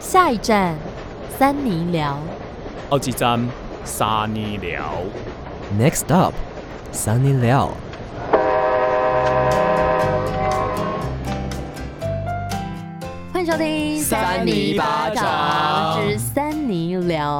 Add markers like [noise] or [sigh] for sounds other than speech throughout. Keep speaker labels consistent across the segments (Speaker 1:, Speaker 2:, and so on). Speaker 1: 下一站，三尼寮。
Speaker 2: 好几站沙尼寮。
Speaker 3: Next up, Sunny Liao。
Speaker 1: 欢迎收听《
Speaker 4: 三尼巴掌
Speaker 1: 之三尼聊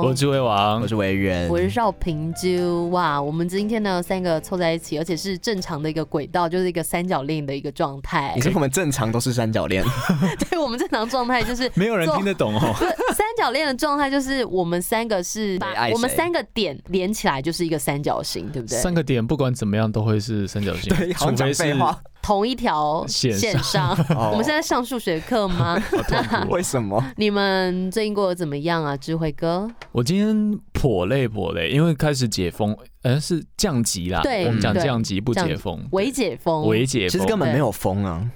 Speaker 2: 我》。是魏王
Speaker 3: 我，是维人，
Speaker 1: 我是邵平啾哇！我们今天呢三个凑在一起，而且是正常的一个轨道，就是一个三角恋的一个状态
Speaker 3: 你。说我们正常都是三
Speaker 2: [laughs]
Speaker 3: 角恋，
Speaker 1: [laughs] 对我们正常状态就是
Speaker 2: 没有人
Speaker 1: 做 [laughs]
Speaker 2: 听得懂哦。
Speaker 1: 不是三角恋的状态就是我们三个是
Speaker 3: 谁爱谁
Speaker 1: 我们三个点连起来就是一个三角形，对不对？
Speaker 2: 三个点不管怎么样都会是三角形，
Speaker 3: [laughs] 对，好
Speaker 2: 除
Speaker 3: 像
Speaker 2: 非
Speaker 3: 讲
Speaker 2: 是
Speaker 3: 废话。
Speaker 1: 同一条
Speaker 2: 线
Speaker 1: 线 [laughs] 上。
Speaker 3: 哦
Speaker 1: 我们现在上数学课吗？
Speaker 2: 啊
Speaker 1: 那
Speaker 3: [laughs] 为什么？
Speaker 1: 你们最近过得怎么样啊，智慧哥？
Speaker 2: 我今天颇累颇累，因为开始解封，呃，是降级啦。
Speaker 1: 对
Speaker 2: 我们讲
Speaker 1: 对
Speaker 2: 降级不
Speaker 1: 降
Speaker 2: 解封，
Speaker 1: 微解封。
Speaker 2: 微解
Speaker 3: 其
Speaker 2: 封
Speaker 3: 实。根本没有封啊，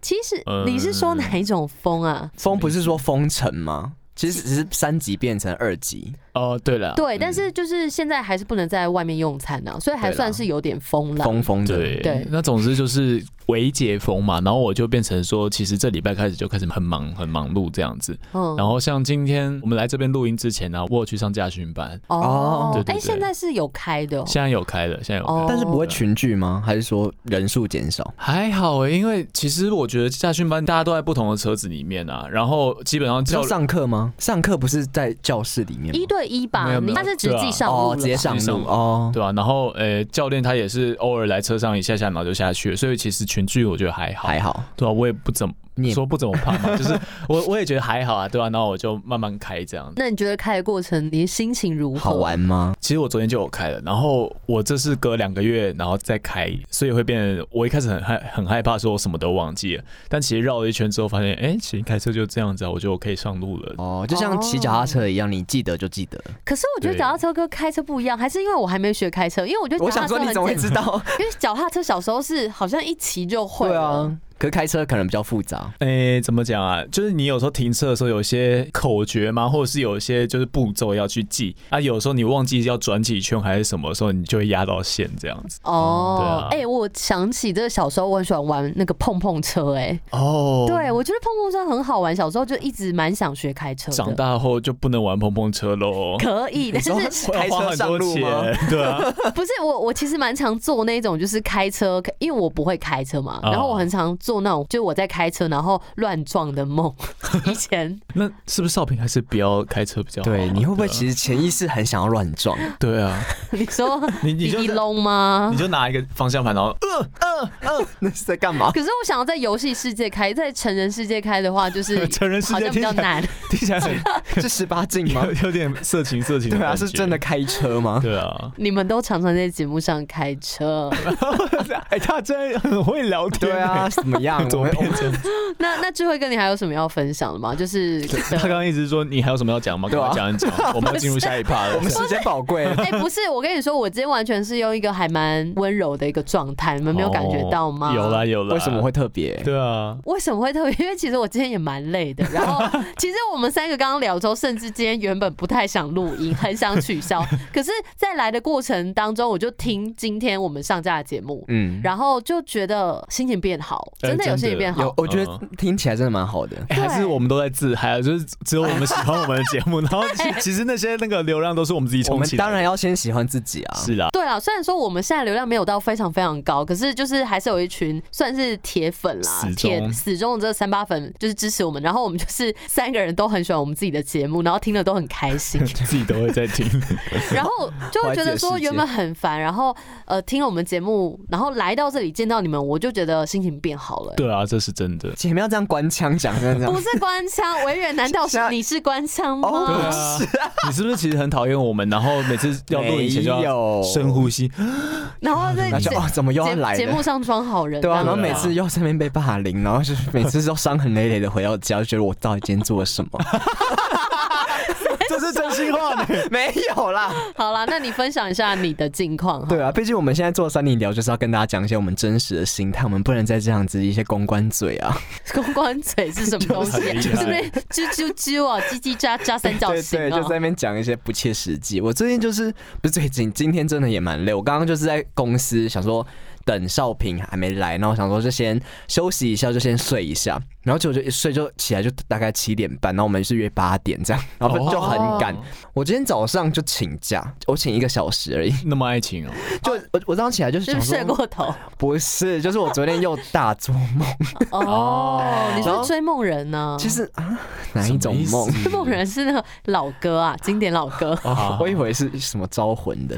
Speaker 1: 其实
Speaker 2: 呃
Speaker 3: 嗯
Speaker 1: 你是说哪一种风啊？
Speaker 3: 封不是说封城吗？其实只是三级变成二级，
Speaker 2: 哦，对
Speaker 3: 啊
Speaker 2: 了，
Speaker 3: 嗯
Speaker 1: 对，但是就是现在还是不能在外面用餐啊，所以还
Speaker 3: 对啦
Speaker 1: 算是有点疯了。
Speaker 3: 封封的。
Speaker 2: 对
Speaker 1: 对
Speaker 2: 那总之就是微解封嘛，然后我就变成说，其实这礼拜开始就开始很忙很忙碌这样子。
Speaker 1: 嗯
Speaker 2: 然后像今天我们来这边录音之前呢、啊我有去上家训班，
Speaker 3: 哦
Speaker 2: 对对
Speaker 1: 哎，
Speaker 2: 对
Speaker 1: 现在是有开的哦，
Speaker 2: 现在有开了，现在有开了
Speaker 1: 哦
Speaker 3: 但是不会群聚吗？还是说人数减少？
Speaker 2: 还好诶、因为其实我觉得驾训班大家都在不同的车子里面啊，然后基本上
Speaker 3: 只
Speaker 2: 教
Speaker 3: 有上课吗？上课不是在教室里面吗
Speaker 1: 一对一
Speaker 2: 没
Speaker 1: 吧？
Speaker 2: 有没
Speaker 1: 你
Speaker 2: 有
Speaker 1: 他是指
Speaker 2: 对啊
Speaker 1: 自己上路
Speaker 3: 哦，
Speaker 1: 了
Speaker 3: 直接上
Speaker 2: 直接上
Speaker 3: 路
Speaker 2: 路
Speaker 3: 哦。
Speaker 2: 对啊，然后呃教练他也是偶尔来车上一下下，然后就下去了，所以其实群聚我觉得还好，
Speaker 3: 还好，
Speaker 2: 对啊，我也不怎么
Speaker 3: 你也
Speaker 2: 说不怎么怕嘛，就是我我也觉得还好啊，对啊，然后我就慢慢开这样子。
Speaker 1: 那你觉得开的过程，你心情如何？
Speaker 3: 好玩吗？
Speaker 2: 其实我昨天就有开了，然后我这是隔两个月然后再开，所以会变成我一开始很害很害怕，说我什么都忘记了，但其实绕了一圈之后发现，哎、其实开车就这样子啊，我觉得我可以上路了。
Speaker 3: 哦，就像骑脚踏车一样，你记得就记得。
Speaker 1: 可是我觉得
Speaker 2: 对
Speaker 1: 脚踏车跟开车不一样，还是因为我还没学开车，因为我觉得
Speaker 3: 我
Speaker 1: 脚
Speaker 3: 想
Speaker 1: 踏车
Speaker 3: 说，
Speaker 1: 很
Speaker 3: 你怎么会
Speaker 1: 简
Speaker 3: 知道？
Speaker 1: 因为脚踏车小时候是好像一骑就会。
Speaker 3: [laughs] 对，啊，可是开车可能比较复杂。
Speaker 2: 诶、怎么讲啊？就是你有时候停车的时候有一些口诀嘛，或者是有一些就是步骤要去记啊。有时候你忘记要转几圈还是什么时候，你就会压到线这样子。
Speaker 3: 啊
Speaker 1: 哦，
Speaker 2: 对
Speaker 1: 哎、我想起这个小时候我很喜欢玩那个碰碰车、哎、
Speaker 2: 哦，
Speaker 1: 对我觉得碰碰车很好玩，小时候就一直蛮想学开车的。
Speaker 2: 长大后就不能玩碰碰车喽。
Speaker 1: 可以，但是
Speaker 3: 说
Speaker 2: [laughs] 会
Speaker 3: 开
Speaker 2: 花
Speaker 3: 车
Speaker 2: 很
Speaker 3: 上
Speaker 2: 多
Speaker 3: 路吗？
Speaker 2: 钱， [laughs] 对啊，
Speaker 1: 不是我？我其实蛮常做那种，就是开车，因为我不会开车嘛，
Speaker 2: 哦
Speaker 1: 然后我很常做那种，就是我在开车然后乱撞的
Speaker 2: [laughs]
Speaker 1: 梦。以前
Speaker 2: 那是不是少平还是不要开车比较好？
Speaker 3: 对，你会不会
Speaker 2: 对啊
Speaker 3: 其实潜意识很想要乱
Speaker 2: [laughs]
Speaker 3: 撞？
Speaker 2: 对啊，
Speaker 1: 你说
Speaker 2: 你
Speaker 1: 滴
Speaker 2: [laughs] 你就
Speaker 1: 滴龙吗
Speaker 2: 你？就拿一个方向盘，然后呃
Speaker 3: 啊那是在
Speaker 2: [laughs]
Speaker 3: 干嘛？
Speaker 1: 可是我想要在游戏世界开，在成人世界开的话，就是
Speaker 2: [laughs] 成人世界
Speaker 1: 好像比较难。
Speaker 2: 听起来
Speaker 3: [laughs]
Speaker 2: 很
Speaker 3: 是十八禁吗
Speaker 2: [laughs] 有？有点色情色情的
Speaker 3: 对啊，
Speaker 2: 感觉
Speaker 3: 是真的。开车吗？
Speaker 2: 对啊，
Speaker 1: 你们都常常在节目上开车，
Speaker 2: [laughs] 哎、他真的很会聊天、
Speaker 3: [laughs] 对
Speaker 2: [laughs]
Speaker 3: 啊，怎么样
Speaker 2: 哎，？怎
Speaker 3: 我
Speaker 2: 么
Speaker 3: 们
Speaker 2: 变成
Speaker 1: 那那智慧哥，你还有什么要分享的吗？就是，
Speaker 2: [laughs] 他刚刚一直说你还有什么要讲吗？
Speaker 3: 对
Speaker 2: 跟
Speaker 3: 啊
Speaker 2: 我讲一讲，
Speaker 3: [laughs]
Speaker 2: 我们要进入下一趴了。
Speaker 3: 我们时间宝贵，
Speaker 1: 哎、不是，我跟你说，我今天完全是用一个还蛮温柔的一个状态，你们没有感觉到吗？
Speaker 2: 哦 [laughs] 有啦。有啦。
Speaker 3: 为什么？会特别？
Speaker 2: 对啊，
Speaker 1: 为什么会特别？ [laughs] 因为其实我今天也蛮累的。然
Speaker 2: [laughs]
Speaker 1: 后，其实我们三个刚刚聊之后，甚至今天原本不太想录音，很想取消。
Speaker 2: [laughs]
Speaker 1: 可是，在来的过程当中，我就听今天我们上架的节目，
Speaker 3: 嗯，
Speaker 1: 然后就觉得心情变好，
Speaker 2: 哎
Speaker 1: 真的有
Speaker 2: 真
Speaker 1: 心情
Speaker 2: 的
Speaker 1: 变好
Speaker 3: 有。，我觉得听起来真的蛮好的。
Speaker 2: 嗯哎还是我们都在自嗨，就是只有我们喜欢我们的节目，然后其
Speaker 1: [laughs]
Speaker 2: 其实那些那个流量都是我们自己
Speaker 3: 我
Speaker 2: 充
Speaker 3: 们
Speaker 2: 起来的。
Speaker 3: 当然要先喜欢自己啊。
Speaker 2: 是啦，
Speaker 1: 对啊，虽然说我们现在流量没有到非常非常高，可是就是还是有一群算是铁粉啦
Speaker 2: 死，忠
Speaker 1: 铁死忠的这三八粉就是支持我们。然后我们就是 [laughs] 三个人都很喜欢我们自己的节目，然后听了都很开
Speaker 2: [laughs]
Speaker 1: 心，
Speaker 2: 自己都会在
Speaker 3: [laughs]
Speaker 2: 听。
Speaker 1: 然后就会觉得说
Speaker 3: 怀旧世
Speaker 1: 原
Speaker 3: 界
Speaker 1: 本很烦，然后呃听了我们节目，然后来到这里见到你们，我就觉得心情变好了、
Speaker 2: 对啊，这是真的。
Speaker 3: 前面要这样官腔讲，真的这
Speaker 1: 不
Speaker 3: 样。
Speaker 1: 是官腔，维远难道是
Speaker 3: 现在
Speaker 1: 你是官腔吗？
Speaker 3: 啊哦，
Speaker 2: 对
Speaker 3: 不是啊，
Speaker 2: 你是不是其实很讨厌我们？然后每次要录影前就
Speaker 3: 没
Speaker 2: 要
Speaker 3: 有
Speaker 2: 深呼吸。 [gasps]
Speaker 1: 然后在
Speaker 3: 那就
Speaker 1: 节
Speaker 3: 哦，怎么又要来
Speaker 1: 节目
Speaker 3: 了？
Speaker 1: 上装好人，
Speaker 3: 对啊，
Speaker 1: 这
Speaker 3: 然后
Speaker 1: 样
Speaker 3: 每次又身边被霸凌，然后就是每次都伤痕累累的回到家，就觉得我到底今天做了什么？
Speaker 2: [laughs] 这是真心话呢。
Speaker 3: [laughs] 没有啦，
Speaker 1: 好啦，那你分享一下你的近况哈。
Speaker 3: 对啊，毕竟我们现在做三零聊，就是要跟大家讲一些我们真实的心态，我们不能再这样子一些公关嘴
Speaker 1: [laughs]
Speaker 3: 啊。
Speaker 1: 公关嘴是
Speaker 3: [laughs]
Speaker 1: 什么东西？啊
Speaker 2: 就
Speaker 1: 是
Speaker 2: 是
Speaker 1: 不是啾啾啾啊，叽叽喳喳三角
Speaker 3: 对
Speaker 1: 形
Speaker 3: 对，就
Speaker 1: 啊
Speaker 3: 在？那边讲一些不切实际。我最近就是不是最近，今天真的也蛮累。我刚刚就是在公司想说等少平还没来，然后我想说就先休息一下，就先睡一下。然后就就一睡就起来就大概七点半，然后我们是约八点 [laughs] 这样，然后就很赶。
Speaker 1: 哦
Speaker 3: 我今天早上就请假，我请一个小时而已，
Speaker 2: 那么爱情哦，
Speaker 3: 就我我早上起来就是
Speaker 1: [laughs] 是不
Speaker 3: 想
Speaker 1: 是睡
Speaker 3: 说，
Speaker 1: 过
Speaker 3: [laughs]
Speaker 1: 头？
Speaker 3: 不是，就是我昨天又大做梦，
Speaker 1: 哦，你是
Speaker 3: 然
Speaker 1: 不
Speaker 3: 后
Speaker 1: 是追梦人呢？
Speaker 3: 其实啊哪一种梦？
Speaker 1: 追梦人是那个老歌啊，经典老歌。
Speaker 2: 啊
Speaker 3: [laughs] 我以为是什么招魂
Speaker 2: [laughs]
Speaker 3: 的，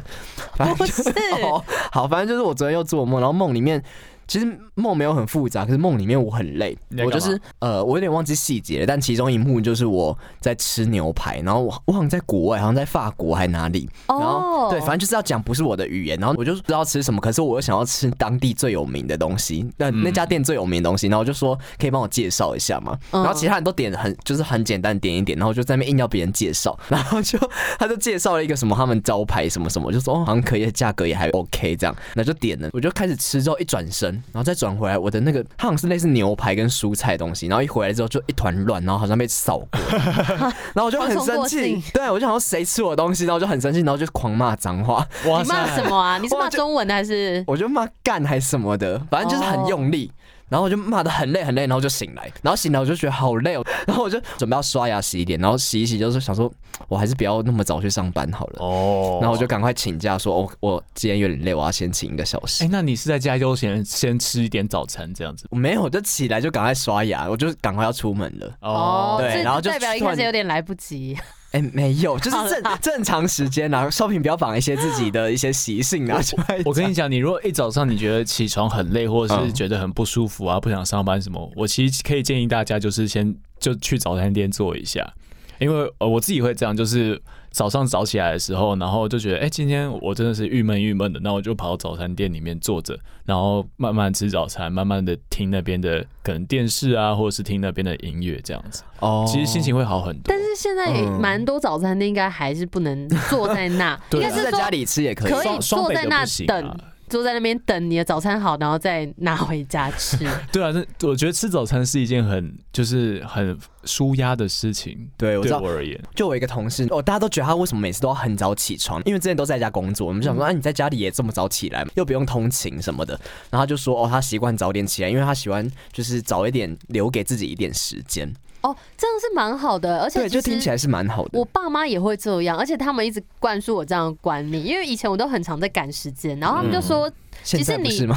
Speaker 3: 反
Speaker 1: 不，
Speaker 3: 正就是哦， [laughs] 好，反正就是我昨天又做梦，然后梦里面其实梦没有很复杂，可是梦里面我很累
Speaker 2: 你，在
Speaker 3: 我
Speaker 2: 干
Speaker 3: 就
Speaker 2: 嘛
Speaker 3: 是呃，我有点忘记细节了，但其中一幕就是我在吃牛排，然后我我好像在国外，好像在法国还哪里，然后
Speaker 1: 哦，
Speaker 3: 对，反正就是要讲不是我的语言，然后我就不知道吃什么，可是我又想要吃当地最有名的东西，那、
Speaker 1: 嗯
Speaker 3: 那家店最有名的东西，然后我就说可以帮我介绍一下嘛，
Speaker 1: 嗯
Speaker 3: 然后其他人都点很就是很简单点一点，然后我就在那边硬要别人介绍，然后就他就介绍了一个什么他们招牌什么什么，就说哦好像可以，价格也还 OK 这样，那就点了，我就开始吃之后一转身，然后再转回来，我的那个它好像是类似牛排跟蔬菜的东西，然后一回来之后就一团乱，然后好像被扫过，然后我就很
Speaker 1: 好冲
Speaker 3: 生
Speaker 1: 过
Speaker 3: 气
Speaker 1: 性，
Speaker 3: 对我就想说谁吃我的东西，然后我就很生气，然后就狂骂脏话，
Speaker 2: 哇
Speaker 1: 你骂什么啊？你是骂中文的还是？
Speaker 3: 我就骂干还是什么的，反正就是很用力。然后我就骂的很累很累，然后就醒来，然后醒来我就觉得好累、哦， [laughs] 然后我就准备要刷牙洗脸，然后洗一洗，就是想说我还是不要那么早去上班好了，
Speaker 2: 哦，
Speaker 3: 然后我就赶快请假说，哦、我今天有点累，我要先请一个小时。
Speaker 2: 哎、那你是在家休闲先吃一点早餐这样子？
Speaker 3: 我没有，我就起来就赶快刷牙，我就赶快要出门了。
Speaker 1: 哦，
Speaker 3: 对
Speaker 1: 这
Speaker 3: 然后就
Speaker 1: 代表一开
Speaker 3: 算
Speaker 1: 始有点来不及。
Speaker 3: 哎，没有，就是正正常时间啊，烧饼不要绑一些自己的一些习性啊。就
Speaker 2: [laughs]
Speaker 3: 会
Speaker 2: 我跟你讲，你如果一早上你觉得起床很累，或者是觉得很不舒服啊，不想上班什么，我其实可以建议大家就是先就去早餐店做一下，因为呃我自己会这样，就是早上早起来的时候，然后就觉得哎、今天我真的是郁闷郁闷的，那我就跑到早餐店里面坐着，然后慢慢吃早餐，慢慢的听那边的可能电视啊，或者是听那边的音乐这样子，
Speaker 3: 哦
Speaker 2: 其实心情会好很多
Speaker 1: 但。是现在也蛮多早餐店应该还是不能坐在
Speaker 3: [laughs]
Speaker 1: 那，应
Speaker 2: 对啊
Speaker 1: 该
Speaker 3: 是
Speaker 1: 是
Speaker 3: 在
Speaker 1: 说
Speaker 3: 家里吃也可以。
Speaker 1: 可以
Speaker 2: 双双
Speaker 1: 坐
Speaker 2: 北
Speaker 1: 在
Speaker 2: 的
Speaker 1: 那
Speaker 2: 不行啊
Speaker 1: 等，坐在那边等你的早餐好，然后再拿回家
Speaker 3: [laughs]
Speaker 1: 吃。
Speaker 2: 对啊，那我觉得吃早餐是一件很就是很舒压的事情。
Speaker 3: 对我知
Speaker 2: 对
Speaker 3: 道
Speaker 2: 我而言，
Speaker 3: 就我一个同事，哦，大家都觉得他为什么每次都要很早起床？因为之前都在家工作，我们就
Speaker 1: 嗯
Speaker 3: 想说，啊，你在家里也这么早起来，又不用通勤什么的。然后他就说，哦，他习惯早点起来，因为他喜欢就是早一点留给自己一点时间。
Speaker 1: 哦，这样是蛮好的，而且
Speaker 3: 对，就
Speaker 1: 其实
Speaker 3: 听起来是蛮好的
Speaker 1: 我。爸妈也会这样，而且他们一直灌输我这样的观念，因为以前我都很常在赶时间，然后他
Speaker 2: 嗯
Speaker 1: 们就说，
Speaker 3: 现
Speaker 1: 其
Speaker 3: 在
Speaker 1: 实
Speaker 3: 不
Speaker 1: 你
Speaker 3: 是吗？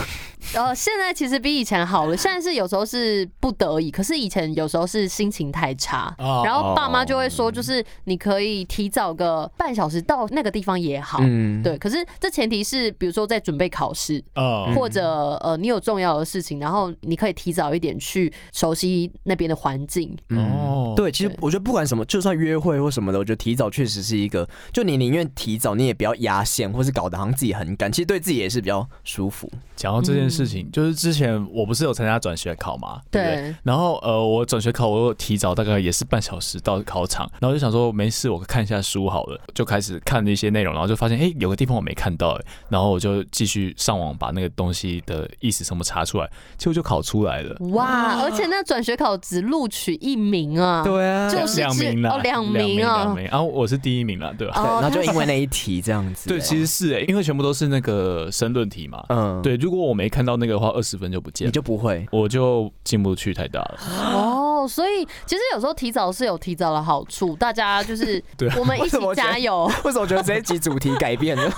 Speaker 1: 呃，现在其实比以前好了，现在是有时候是不得已，可是以前有时候是心情太差，
Speaker 2: 哦
Speaker 1: 然后爸妈就会说，就是你可以提早个半小时到那个地方也好，
Speaker 3: 嗯，
Speaker 1: 对，可是这前提是，比如说在准备考试，
Speaker 2: 哦
Speaker 1: 或者呃，你有重要的事情，然后你可以提早一点去熟悉那边的环境。
Speaker 2: 哦，
Speaker 3: 嗯对，其实
Speaker 1: 对
Speaker 3: 我觉得不管什么，就算约会或什么的，我觉得提早确实是一个，就你宁愿提早，你也不要压线，或是搞得好像自己很赶，其实对自己也是比较舒服。
Speaker 2: 讲到这件事
Speaker 1: 嗯
Speaker 2: 情，就是之前我不是有参加转学考嘛，对不对？
Speaker 1: 对
Speaker 2: 然后呃，我转学考我有提早大概也是半小时到考场，然后就想说没事，我看一下书好了，就开始看一些内容，然后就发现哎、诶有个地方我没看到、诶然后我就继续上网把那个东西的意思什么查出来，结果就考出来了。
Speaker 1: 哇！而且那转学考只录取一名啊，
Speaker 3: 对啊
Speaker 1: 就
Speaker 2: 两
Speaker 1: 是
Speaker 2: 两
Speaker 1: 只
Speaker 2: 名啦，
Speaker 1: 哦两
Speaker 2: 两
Speaker 1: 名啊
Speaker 2: 两名啊，我是第一名啦，对吧？
Speaker 3: 对，
Speaker 1: 哦
Speaker 3: 然后就
Speaker 1: 他
Speaker 3: 因为那一题这样子。哦
Speaker 2: 对，其实是哎、因为全部都是那个申论题嘛。
Speaker 3: 嗯，，
Speaker 2: 对，如果我没看到那个的话，二十分就不见
Speaker 3: 你
Speaker 2: 了，
Speaker 3: 就不会。 [laughs]
Speaker 2: 我就进不去太大了。
Speaker 1: 哦，所以其实有时候提早是有提早的好处，大家就是
Speaker 2: [laughs] 对啊
Speaker 1: 我们一
Speaker 3: 为
Speaker 1: 起
Speaker 3: 什么我觉得
Speaker 1: 加
Speaker 3: [laughs]
Speaker 1: 油，
Speaker 3: 为什么我觉得这一集主题改变了？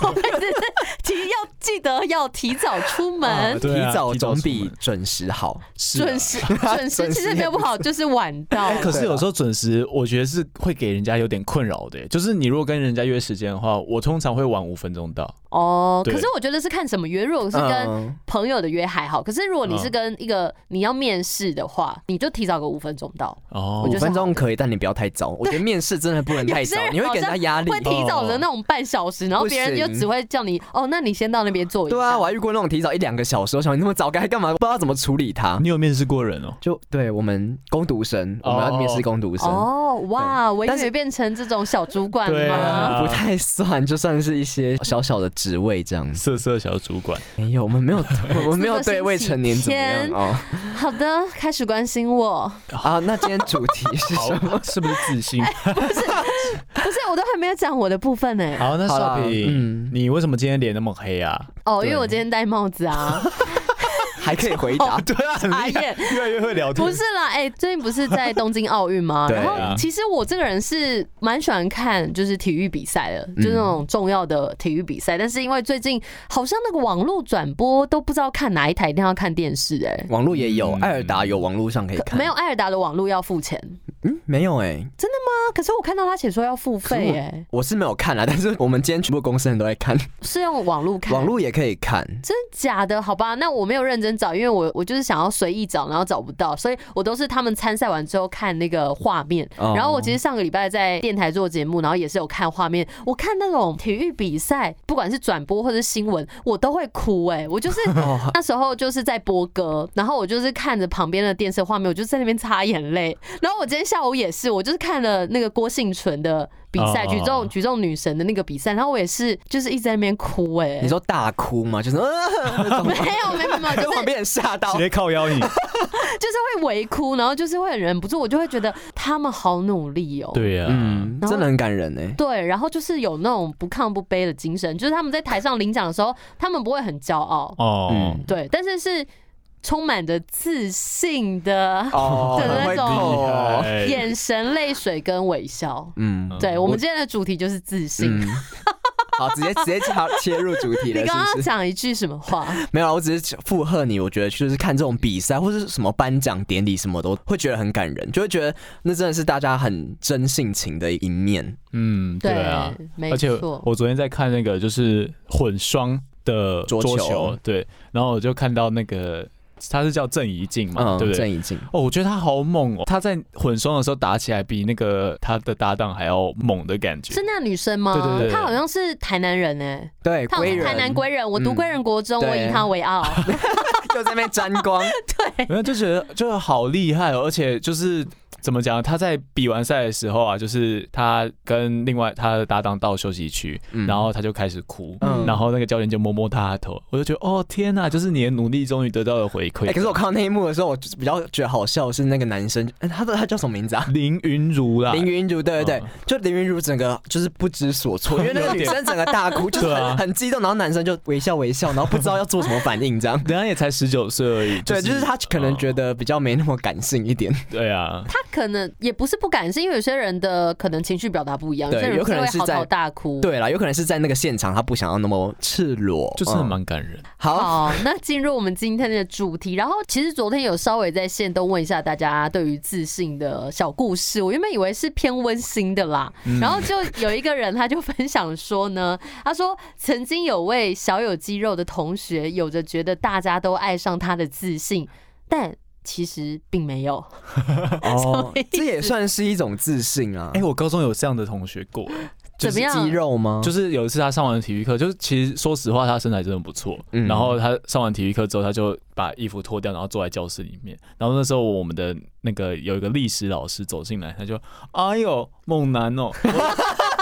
Speaker 1: 提要记得要提早出
Speaker 2: 啊
Speaker 1: 门，
Speaker 2: [laughs] 对
Speaker 3: 提早总
Speaker 2: 提
Speaker 3: 比
Speaker 2: 早出门
Speaker 3: 准时好。
Speaker 2: 是啊
Speaker 1: 准时
Speaker 3: [laughs]
Speaker 1: 准时其实没有不好，就是晚到。
Speaker 2: 可是有时候准时，我觉得是会给人家有点困扰的耶。欸就是你如果跟人家约时间的话，我通常会晚五分钟到。
Speaker 1: 哦，可
Speaker 2: 对
Speaker 1: 是我觉得是看什么约，如果是跟
Speaker 3: 嗯，
Speaker 1: 朋友的约还好，可是如果你是
Speaker 2: 嗯
Speaker 1: 跟一个你要面试的话，你就提早个五分钟到，
Speaker 2: 哦
Speaker 1: 我觉
Speaker 3: 五
Speaker 1: 得是
Speaker 3: 分钟可以，但你不要太早。我觉得面试真的不能太早
Speaker 1: [laughs] 有些，人
Speaker 3: 你会给人家压力
Speaker 1: 会。提早
Speaker 2: 哦
Speaker 1: 的那种半小时，然后
Speaker 3: 不行
Speaker 1: 别人就只会叫你哦，那你先到那边坐一下。
Speaker 3: 对啊，我还遇过那种提早一两个小时，我想你那么早该干嘛？不知道怎么处理它。
Speaker 2: 你有面试过人哦？
Speaker 3: 就对我们攻读生，我
Speaker 2: 哦
Speaker 3: 们要面试攻读生，
Speaker 1: 哦，哇，我以
Speaker 3: 但
Speaker 1: 为
Speaker 3: 是
Speaker 1: 变成这种小主管
Speaker 2: 对
Speaker 1: 了吗？
Speaker 2: 啊
Speaker 3: 不太算，就算是一些小小的职位
Speaker 1: [laughs]
Speaker 3: 这样子。
Speaker 2: 色色小主管，
Speaker 3: 没有，我们没有，我们没有
Speaker 1: 这个
Speaker 3: 对未成年怎么样
Speaker 1: 星期天
Speaker 3: 哦。
Speaker 1: 好的，开始关心我。
Speaker 3: 啊，那今天主题是什么？
Speaker 2: 好，是不是自信？
Speaker 1: 不是，我都还没有讲我的部分呢、
Speaker 2: 好，那
Speaker 3: 好啦
Speaker 2: 少平，
Speaker 3: 嗯
Speaker 2: 你为什么今天脸那么黑啊？
Speaker 1: 哦，因为
Speaker 3: 对 [laughs]
Speaker 1: 我今天戴帽子啊。
Speaker 3: 还还可以回
Speaker 1: [laughs]
Speaker 3: 答。
Speaker 2: 对啊，很
Speaker 1: 傻
Speaker 2: 厉害
Speaker 1: 眼，
Speaker 2: 越来越会聊天。
Speaker 1: 不是啦，哎、最近不是在东京奥运吗？
Speaker 3: [laughs] 对
Speaker 1: 然
Speaker 3: 啊
Speaker 1: 后其实我这个人是蛮喜欢看就是体育比赛
Speaker 3: 嗯
Speaker 1: 的，就是那种重要的体育比赛。但是因为最近好像那个网络转播都不知道看哪一台，一定要看电视哎、
Speaker 3: 网络也
Speaker 2: 嗯
Speaker 3: 有，艾尔达有网络上可以看。
Speaker 1: 没有，艾尔达的网络要付钱
Speaker 3: 嗯，没有
Speaker 2: 欸
Speaker 3: 哎、
Speaker 1: 啊！可是我看到他写说要付费哎、
Speaker 3: 我是没有看啦，但 [laughs] 是我们今天全部公司人都在看，
Speaker 1: 是用网络看。
Speaker 3: 网络也可以看。
Speaker 2: 嗯
Speaker 1: 真假的？好吧，那我没有认真找，因为我我就是想要随意找，然后找不到，所以我都是他们参赛完之后看那个画面。
Speaker 3: 哦
Speaker 1: 然后我其实上个礼拜在电台做节目，然后也是有看画面。我看那种体育比赛，不管是转播或者新闻，我都会哭哎、我就是
Speaker 2: [laughs] 哦
Speaker 1: 那时候就是在播歌，然后我就是看着旁边的电视画面，我就在那边擦眼泪。然后我今天下午也是，我就是看了那个郭幸存的比赛，
Speaker 2: 哦
Speaker 1: 举重举重女神的那个比赛，然后我也是就是一直在那边哭哎、
Speaker 3: 你说大哭吗？就
Speaker 1: [laughs]
Speaker 3: 是呃，那种
Speaker 1: 没有没有没有，
Speaker 3: 跟
Speaker 1: 就是
Speaker 3: 旁边人吓到
Speaker 2: 直。接靠腰你，
Speaker 1: 就是会围哭，然后就是会很忍不住，我就会觉得他们好努力哦。
Speaker 2: 对啊呀、
Speaker 3: 嗯，
Speaker 1: 然后
Speaker 3: 真的很感人哎、
Speaker 1: 对然后就是有那种不亢不卑的精神，就是他们在台上领奖的时候，他们不会很骄傲，
Speaker 2: 哦，
Speaker 3: 嗯
Speaker 1: 对，但是是充满着自信的
Speaker 3: 哦
Speaker 1: 的那种
Speaker 2: 厉
Speaker 3: 哦，
Speaker 2: 害
Speaker 1: 眼神、泪水跟微笑。
Speaker 3: 嗯
Speaker 1: 对我们今天的主题就是自信。
Speaker 3: 嗯，好，直接直接切切入主题了，
Speaker 1: 你
Speaker 3: 是
Speaker 1: 刚
Speaker 3: 不
Speaker 1: 刚
Speaker 3: 是？
Speaker 1: 讲一句什么话？
Speaker 3: 没有啊，我只是附和你。我觉得就是看这种比赛或是什么颁奖典礼什么的，我会觉得很感人，就会觉得那真的是大家很真性情的一面。
Speaker 2: 嗯，对啊，
Speaker 1: 没
Speaker 2: 而且
Speaker 1: 错。
Speaker 2: 我昨天在看那个就是混双的
Speaker 3: 桌
Speaker 2: 桌
Speaker 3: 球
Speaker 2: 对，然后我就看到那个他是叫郑怡静嘛，
Speaker 3: 嗯，
Speaker 2: 对不对？
Speaker 3: 郑怡静，
Speaker 2: 哦，我觉得他好猛哦！他在混双的时候打起来比那个他的搭档还要猛的感觉
Speaker 1: 是。那女生吗？
Speaker 2: 对对对对
Speaker 1: 她好像是台南人哎、
Speaker 3: 对，
Speaker 1: 她好
Speaker 3: 归
Speaker 1: 像是
Speaker 3: 人，
Speaker 1: 台南归人，我读
Speaker 3: 嗯
Speaker 1: 归人国中，我
Speaker 3: 对
Speaker 1: 以她为傲。
Speaker 3: 又在那边沾
Speaker 2: [laughs]
Speaker 3: 光，
Speaker 2: 没有就觉得就是好厉害哦，而且就是怎么讲，他在比完赛的时候啊，就是他跟另外他的搭档到休息区，
Speaker 3: 嗯
Speaker 2: 然后他就开始哭，
Speaker 3: 嗯
Speaker 2: 然后那个教练就摸摸他的头，我就觉得哦天呐，就是你的努力终于得到了回馈。
Speaker 3: 哎、可是我
Speaker 2: [laughs]
Speaker 3: 看到那一幕的时候，我就是比较觉得好笑的是那个男生，哎他的他叫什么名字啊？
Speaker 2: 林云如啦，
Speaker 3: 林云如，对对对，
Speaker 2: 嗯
Speaker 3: 就林云如整个就是不知所措，因为那
Speaker 2: [laughs]
Speaker 3: 个
Speaker 2: 有
Speaker 3: 女
Speaker 2: 点
Speaker 3: 生整个大哭，就是
Speaker 2: 对啊
Speaker 3: 很很激动，然后男生就微笑微笑，然后不知道要做什么反
Speaker 2: [laughs]。
Speaker 3: 应，这样
Speaker 2: 人家也才十九岁而已，
Speaker 3: 对，就是他可能觉
Speaker 2: 嗯
Speaker 3: 得比较没那么感性一点，
Speaker 2: 对啊，
Speaker 1: 他可能也不是不敢，是因为有些人的可能情绪表达不一样，
Speaker 3: 对
Speaker 1: 些人
Speaker 3: 有可能
Speaker 1: 会
Speaker 3: 是
Speaker 1: 嚎
Speaker 3: 在
Speaker 1: 啕大
Speaker 2: 嗯
Speaker 1: 哭。，
Speaker 3: 对啦，有可能是在那个现场，他不想要那么赤裸，
Speaker 2: 就真的
Speaker 3: 嗯
Speaker 2: 蛮感人。
Speaker 3: 好，
Speaker 1: 好，哦那进入我们今天的主题。然后其实昨天有稍微在线都问一下大家对于自信的小故事，我原本以为是偏温馨的啦，
Speaker 3: 嗯
Speaker 1: 然
Speaker 2: 嗯
Speaker 1: 后就有一个人他就分享说呢， [laughs] 他说曾经有位小有肌肉的同学，有着觉得大家都爱上他的自信，但其实并没有。
Speaker 3: 哦，这也算是一种自信啊
Speaker 2: 哎、，我高中有这样的同学过、哎就
Speaker 1: 怎么
Speaker 2: 是
Speaker 1: 样
Speaker 3: 肌肉吗？
Speaker 2: 就是是有一次他上完体育课，就是其实说实话，他身材真的不错。
Speaker 3: 嗯
Speaker 2: 然后他上完体育课之后，他就把衣服脱掉，然后坐在教室里面。然后那时候我们的那个有一个历史老师走进来，他就哎呦猛男哦。